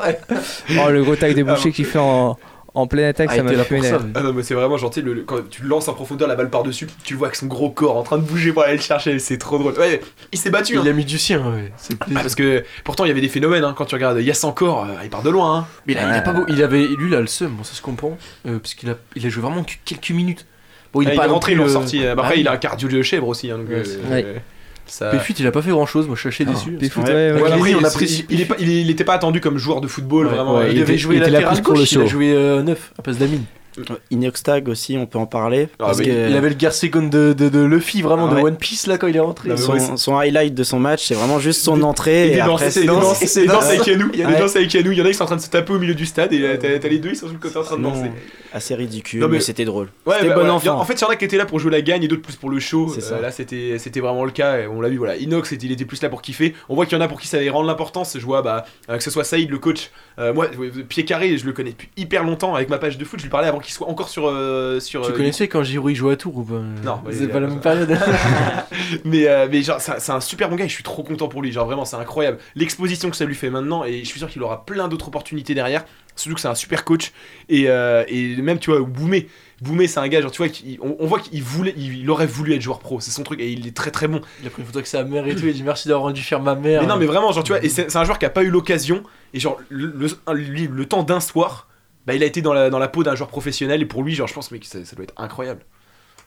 [SPEAKER 11] Oh, le gros tacle débouché qu'il fait en, en pleine attaque, ça m'a euh, fumé. la-
[SPEAKER 10] Ah non, mais c'est vraiment gentil. le- le- quand tu lances en profondeur la balle par-dessus, tu le vois avec son gros corps en train de bouger pour aller le chercher. C'est trop drôle. Ouais, il s'est battu.
[SPEAKER 1] Il
[SPEAKER 10] hein.
[SPEAKER 1] a mis du sien, ouais. C'est-
[SPEAKER 10] Ah, parce que pourtant il y avait des phénomènes hein, quand tu regardes Yass encore, euh, il part de loin. hein.
[SPEAKER 1] Mais
[SPEAKER 11] Ah.
[SPEAKER 1] là, il a
[SPEAKER 10] Ouais.
[SPEAKER 1] pas beau. Il avait, lui, là, le seum, bon, ça se comprend. euh, parce qu'il a, il a joué vraiment que quelques minutes. Bon,
[SPEAKER 10] Ah, il est
[SPEAKER 1] pas non
[SPEAKER 10] rentré,
[SPEAKER 1] plus,
[SPEAKER 10] il est
[SPEAKER 1] euh,
[SPEAKER 10] sorti. Après,
[SPEAKER 1] ah oui.
[SPEAKER 10] il a un cardio de chèvre aussi. Hein, donc,
[SPEAKER 1] Ouais,
[SPEAKER 10] euh,
[SPEAKER 1] c'est-
[SPEAKER 10] euh,
[SPEAKER 1] ouais.
[SPEAKER 10] ça-
[SPEAKER 1] Péfut, il a pas fait grand chose, moi je suis assez déçu.
[SPEAKER 11] Péfut,
[SPEAKER 1] Ouais.
[SPEAKER 10] Ouais,
[SPEAKER 1] Avec
[SPEAKER 10] après,
[SPEAKER 1] Lévy,
[SPEAKER 10] il,
[SPEAKER 1] on
[SPEAKER 10] est-
[SPEAKER 1] apprécie.
[SPEAKER 10] il est pas- il est- il était pas attendu comme joueur de football vraiment.
[SPEAKER 13] ouais,
[SPEAKER 10] euh,
[SPEAKER 1] il, devait jouer
[SPEAKER 13] était là
[SPEAKER 1] latéral
[SPEAKER 13] plus pour
[SPEAKER 1] gauche,
[SPEAKER 13] le
[SPEAKER 1] il a
[SPEAKER 13] show.
[SPEAKER 1] joué 9 à passe d'Amine.
[SPEAKER 13] Inoxtag aussi, on peut en parler.
[SPEAKER 10] Ah,
[SPEAKER 13] parce
[SPEAKER 1] mais
[SPEAKER 13] que-
[SPEAKER 1] Il avait le garçon de, de, de Luffy vraiment
[SPEAKER 13] Ah ouais.
[SPEAKER 1] de One Piece là quand il est rentré.
[SPEAKER 13] son, son highlight de son match, c'est vraiment juste son entrée.
[SPEAKER 10] Il
[SPEAKER 13] et
[SPEAKER 10] est
[SPEAKER 13] après,
[SPEAKER 10] dansé, c'est- il est dansé, il est dansé avec Yanou. Il y a des
[SPEAKER 13] Ouais.
[SPEAKER 10] danses avec Yanou. Il y en a qui sont en train de se taper au milieu du stade et euh, t'as t'as les deux, ils sont sur le côté en train de
[SPEAKER 13] Non,
[SPEAKER 10] danser.
[SPEAKER 13] assez ridicule,
[SPEAKER 10] Non, mais-
[SPEAKER 13] mais, c'était drôle.
[SPEAKER 10] Ouais,
[SPEAKER 13] c'était
[SPEAKER 10] bah,
[SPEAKER 13] bon
[SPEAKER 10] voilà.
[SPEAKER 13] enfant.
[SPEAKER 10] En fait, il y en a qui étaient là pour jouer la gagne et d'autres plus pour le show.
[SPEAKER 13] C'est ça.
[SPEAKER 10] Euh, là, c'était c'était vraiment le cas. et On l'a vu, voilà. Inox, il était plus là pour kiffer. On voit qu'il y en a pour qui ça allait rendre l'importance. Je vois, bah, euh, que ce soit Saïd, le coach. Euh, moi, euh, Pied Carré, je le connais depuis hyper longtemps. Avec ma page de foot, je lui parlais avant qu'il soit encore sur. euh, sur
[SPEAKER 1] Tu
[SPEAKER 10] euh,
[SPEAKER 1] connaissais quand Giroud il jouait à Tours ou pas
[SPEAKER 10] Non, bah, il
[SPEAKER 1] c'est
[SPEAKER 10] a
[SPEAKER 1] pas la
[SPEAKER 10] pas
[SPEAKER 1] même période.
[SPEAKER 10] mais, euh, mais genre, c'est un- c'est un super bon gars et je suis trop content pour lui. Genre, vraiment, c'est incroyable. L'exposition que ça lui fait maintenant et je suis sûr qu'il aura plein d'autres opportunités derrière. Surtout que c'est un super coach. Et, euh, et même, tu vois, Boumé. Boumé, c'est un gars, genre, tu vois, qui- on, on voit qu'il voulait, il, il aurait voulu être joueur pro. C'est son truc et il est très très bon.
[SPEAKER 1] Il a pris une photo avec sa mère et tout, il a dit merci d'avoir rendu fier ma mère.
[SPEAKER 10] Mais non, mais vraiment, genre, tu vois, et c'est c'est un joueur qui a pas eu l'occasion. Et genre, le, le- un- lui, le temps d'un soir, bah, il a été dans la, dans la peau d'un joueur professionnel. Et pour lui, genre, je pense, mec, ça, ça doit être incroyable.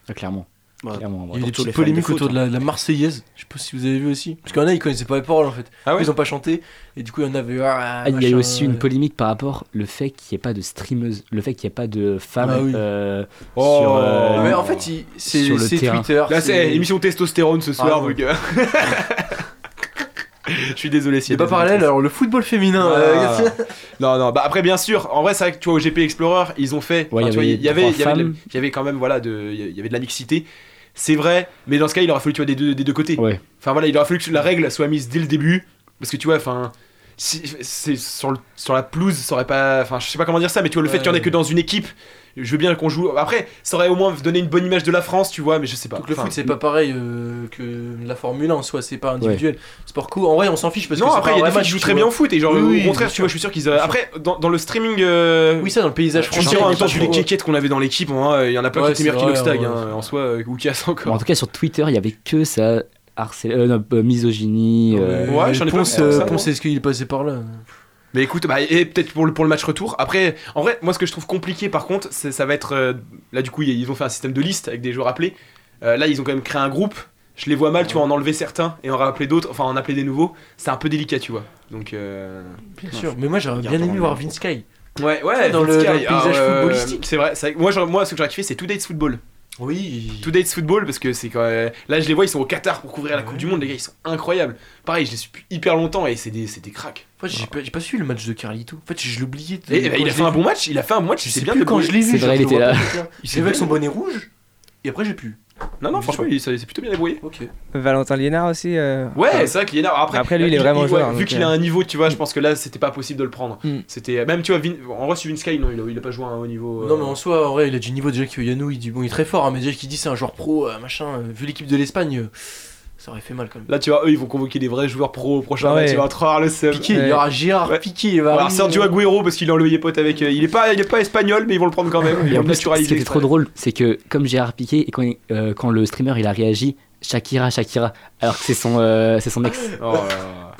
[SPEAKER 2] Ah, Clairement.
[SPEAKER 1] Il y a eu des petites polémiques autour de
[SPEAKER 10] hein.
[SPEAKER 1] la, de la Marseillaise. Je sais pas si vous avez vu aussi. Parce qu'il y en a, ils connaissaient pas les paroles en fait.
[SPEAKER 10] Ah
[SPEAKER 2] ouais
[SPEAKER 1] ils ont pas chanté. Et du coup, il y en avait. Ah,
[SPEAKER 2] Ah, il y a eu
[SPEAKER 1] machin,
[SPEAKER 2] aussi
[SPEAKER 1] euh,
[SPEAKER 2] une polémique par rapport le fait qu'il n'y ait pas de streameuse, le fait qu'il n'y ait pas de femme
[SPEAKER 1] Ah oui.
[SPEAKER 2] euh,
[SPEAKER 1] Oh.
[SPEAKER 2] sur, euh,
[SPEAKER 1] Mais en fait, il- c'est-
[SPEAKER 2] sur le
[SPEAKER 1] c'est
[SPEAKER 2] terrain.
[SPEAKER 1] Twitter,
[SPEAKER 10] Là, c'est eh, émission testostérone ce
[SPEAKER 2] Ah
[SPEAKER 10] soir,
[SPEAKER 1] non.
[SPEAKER 10] donc, euh, Je suis désolé si.
[SPEAKER 1] Débat parallèle, alors le football féminin.
[SPEAKER 10] Ah.
[SPEAKER 1] euh,
[SPEAKER 10] non, non, bah après, bien sûr, en vrai, c'est vrai que tu vois, au GP Explorer, ils ont fait.
[SPEAKER 2] Ouais,
[SPEAKER 10] enfin,
[SPEAKER 2] il y
[SPEAKER 10] tu vois,
[SPEAKER 2] avait
[SPEAKER 10] il y avait, il
[SPEAKER 2] trois
[SPEAKER 10] y avait de la-
[SPEAKER 2] femmes.
[SPEAKER 10] il y avait quand même, voilà, de, il y avait de la mixité. C'est vrai, mais dans ce cas, il aurait fallu, tu vois, des deux, des deux côtés. Enfin, voilà, il aurait fallu que la règle soit mise dès le début, parce que tu vois, enfin. si- c'est sur, le- sur la pelouse, ça aurait pas. Enfin, je sais pas comment dire ça, mais tu vois, le fait qu'il y en ait que dans une équipe, je veux bien qu'on joue. Après, ça aurait au moins donné une bonne image de la France, tu vois, mais je sais pas.
[SPEAKER 1] Donc le
[SPEAKER 10] Enfin,
[SPEAKER 1] foot, c'est pas pareil euh, que la Formule 1 en soi, c'est pas individuel. Sport co, en vrai, on s'en fiche parce que.
[SPEAKER 10] non,
[SPEAKER 1] c'est
[SPEAKER 10] après,
[SPEAKER 1] pas
[SPEAKER 10] il y a
[SPEAKER 1] un
[SPEAKER 10] des
[SPEAKER 1] vrai
[SPEAKER 10] filles qui jouent
[SPEAKER 1] match,
[SPEAKER 10] très
[SPEAKER 1] tu
[SPEAKER 10] bien au
[SPEAKER 1] vois.
[SPEAKER 10] foot. Et genre,
[SPEAKER 1] Oui,
[SPEAKER 10] au
[SPEAKER 1] oui,
[SPEAKER 10] contraire,
[SPEAKER 1] bien
[SPEAKER 10] tu vois, je suis sûr qu'ils. euh, Après, dans, dans le streaming. Oui,
[SPEAKER 1] ça, dans le paysage
[SPEAKER 10] Je
[SPEAKER 1] français,
[SPEAKER 10] suis sûr, en
[SPEAKER 1] il
[SPEAKER 10] même
[SPEAKER 1] y a
[SPEAKER 10] temps,
[SPEAKER 1] pas
[SPEAKER 10] vu les
[SPEAKER 1] trop-
[SPEAKER 10] cliquettes qu'on avait dans l'équipe, hein, il y en a pas
[SPEAKER 1] Ouais,
[SPEAKER 10] qui étaient meilleurs qui
[SPEAKER 1] c'est
[SPEAKER 10] nous
[SPEAKER 1] vrai,
[SPEAKER 10] stag,
[SPEAKER 1] ouais.
[SPEAKER 10] hein, en soi, euh, ou qui a ça
[SPEAKER 2] Bon, en
[SPEAKER 10] encore.
[SPEAKER 2] tout cas, sur Twitter, il n'y avait que ça. Harcèle, euh, non, euh, misogynie. euh,
[SPEAKER 10] Ouais, j'en ai pas
[SPEAKER 1] Ponce,
[SPEAKER 10] vu
[SPEAKER 1] euh,
[SPEAKER 10] ça,
[SPEAKER 1] Ponce, est-ce qu'il est passé par là
[SPEAKER 10] Mais écoute, bah, et peut-être pour le, pour le match retour. Après, en vrai, moi, ce que je trouve compliqué, par contre, c'est- ça va être. euh, là, du coup, ils ont fait un système de liste avec des joueurs appelés. Euh, là, ils ont quand même créé un groupe. Je les vois mal, tu vois, en enlever certains et en rappeler d'autres, enfin en appeler des nouveaux. C'est un peu délicat, tu vois. Donc. euh,
[SPEAKER 1] Bien sûr, mais moi j'aurais bien aimé voir Vince Sky.
[SPEAKER 10] Ouais, ouais,
[SPEAKER 1] dans, le,
[SPEAKER 10] Vince
[SPEAKER 1] dans le
[SPEAKER 10] Sky, ah,
[SPEAKER 1] paysage
[SPEAKER 10] ouais, ouais,
[SPEAKER 1] footballistique.
[SPEAKER 10] C'est vrai, c'est vrai. Moi, j'aurais- moi, ce que j'aurais kiffé, c'est Two Dates Football.
[SPEAKER 1] Oui.
[SPEAKER 10] Two Dates Football, parce que c'est quand même- Là, je les vois, ils sont au Qatar pour couvrir la Coupe du Monde, les gars, ils sont incroyables. Pareil, je les suis depuis hyper longtemps et c'est des, c'est des cracks.
[SPEAKER 1] En fait, j'ai pas, j'ai pas suivi le match de Carlito. En fait, je l'oubliais.
[SPEAKER 10] Et, eh ben,
[SPEAKER 1] Quand
[SPEAKER 10] il a
[SPEAKER 1] je
[SPEAKER 10] fait
[SPEAKER 1] l'ai
[SPEAKER 10] un
[SPEAKER 1] vu.
[SPEAKER 10] bon match, il a fait un bon match, il s'est
[SPEAKER 1] sais
[SPEAKER 10] bien
[SPEAKER 1] plus quand
[SPEAKER 10] débrouillé.
[SPEAKER 1] je l'ai vu.
[SPEAKER 2] C'est
[SPEAKER 1] je
[SPEAKER 2] vrai, il
[SPEAKER 1] le vois
[SPEAKER 2] était
[SPEAKER 1] pas
[SPEAKER 2] là.
[SPEAKER 1] très clair. Il s'est vu avec son bonnet rouge, et après j'ai pu.
[SPEAKER 10] Non, non, franchement, il s'est s'est plutôt bien débrouillé.
[SPEAKER 1] Ok.
[SPEAKER 11] Valentin Liénard aussi. euh,
[SPEAKER 10] Ouais,
[SPEAKER 11] enfin,
[SPEAKER 10] c'est vrai qu'il est là. Après,
[SPEAKER 11] Après, lui, il est vraiment
[SPEAKER 10] ouais,
[SPEAKER 11] joueur,
[SPEAKER 10] vu
[SPEAKER 11] donc,
[SPEAKER 10] qu'il
[SPEAKER 11] euh,
[SPEAKER 10] a un niveau, tu vois, je pense que là, c'était pas possible de le prendre. C'était même, tu vois, Vin... en reçu Vince Sky, non, il a, il a pas joué à un haut niveau. euh,
[SPEAKER 1] Non, mais en soi, en vrai, il a du niveau déjà que Yanou, il dit bon, il est très fort, hein, mais déjà qu'il dit c'est un joueur pro, euh, machin, euh, vu l'équipe de l'Espagne, euh, ça aurait fait mal quand même.
[SPEAKER 10] Là, tu vois, eux, ils vont convoquer des vrais joueurs pro au prochain
[SPEAKER 1] Ah ouais.
[SPEAKER 10] match. Tu vas trop avoir le seum.
[SPEAKER 1] Piqué, euh. il y aura Gérard Piqué. Il va
[SPEAKER 10] Alors,
[SPEAKER 1] arriver.
[SPEAKER 10] Sergio Agüero, parce qu'il a enlevé pote avec. euh, il, est pas, il est pas espagnol, mais ils vont le prendre quand même. Ils
[SPEAKER 2] Et
[SPEAKER 10] vont
[SPEAKER 2] en
[SPEAKER 10] le
[SPEAKER 2] plus, ce qui
[SPEAKER 10] naturaliser.
[SPEAKER 2] était trop drôle, c'est que comme Gérard Piqué, et quand, il- euh, quand le streamer il a réagi, Shakira, Shakira, alors que c'est son, euh, c'est son ex.
[SPEAKER 10] Oh là là.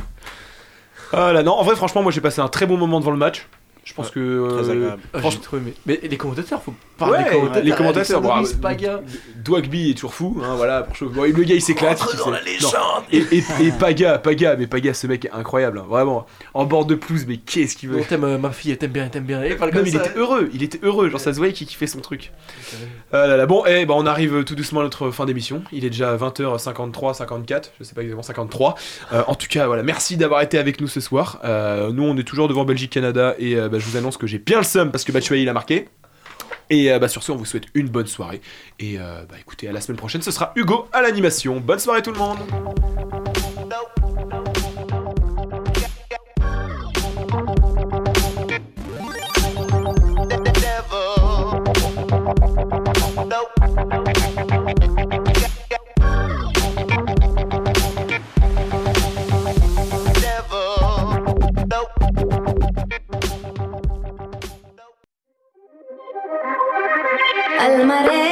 [SPEAKER 10] Ah là, non, en vrai, franchement, moi j'ai passé un très bon moment devant le match. Je pense que. euh,
[SPEAKER 13] très agréable.
[SPEAKER 1] Ah, j'ai
[SPEAKER 10] franchement-
[SPEAKER 1] trop aimé. Mais les commentateurs, faut parler
[SPEAKER 10] Ouais,
[SPEAKER 1] des commentateurs.
[SPEAKER 10] les commentateurs, bon,
[SPEAKER 1] Alex
[SPEAKER 10] ah,
[SPEAKER 1] Paga.
[SPEAKER 10] Dwagby est toujours fou, hein, voilà, pour chaud. Bon, le gars il s'éclate.
[SPEAKER 1] Rentre
[SPEAKER 10] il
[SPEAKER 1] dans
[SPEAKER 10] fait-
[SPEAKER 1] la
[SPEAKER 10] non.
[SPEAKER 1] légende.
[SPEAKER 10] Et, et- et Paga, Paga, mais Paga, ce mec est incroyable, hein, vraiment. En bord de pelouse, mais qu'est-ce qu'il veut
[SPEAKER 1] Bon, t'aimes euh, ma fille, t'aimes bien, t'aimes bien. Et parle
[SPEAKER 10] Non,
[SPEAKER 1] comme
[SPEAKER 10] mais il
[SPEAKER 1] ça.
[SPEAKER 10] était heureux, il était heureux, genre ça se voyait qu'il kiffait son truc. Ah là là, bon, eh, ben, on arrive tout doucement à notre fin d'émission. Il est déjà 20h53, 54, je sais pas exactement, 53. Euh, en tout cas, voilà, merci d'avoir été avec nous ce soir. Euh, nous, on est toujours devant Belgique-Canada et euh, bah, je vous annonce que j'ai bien le seum parce que Batshuayi il a marqué. Et euh, bah, sur ce, on vous souhaite une bonne soirée. Et euh, bah, écoutez, à la semaine prochaine, ce sera Hugo à l'animation. Bonne soirée tout le monde
[SPEAKER 17] Al mare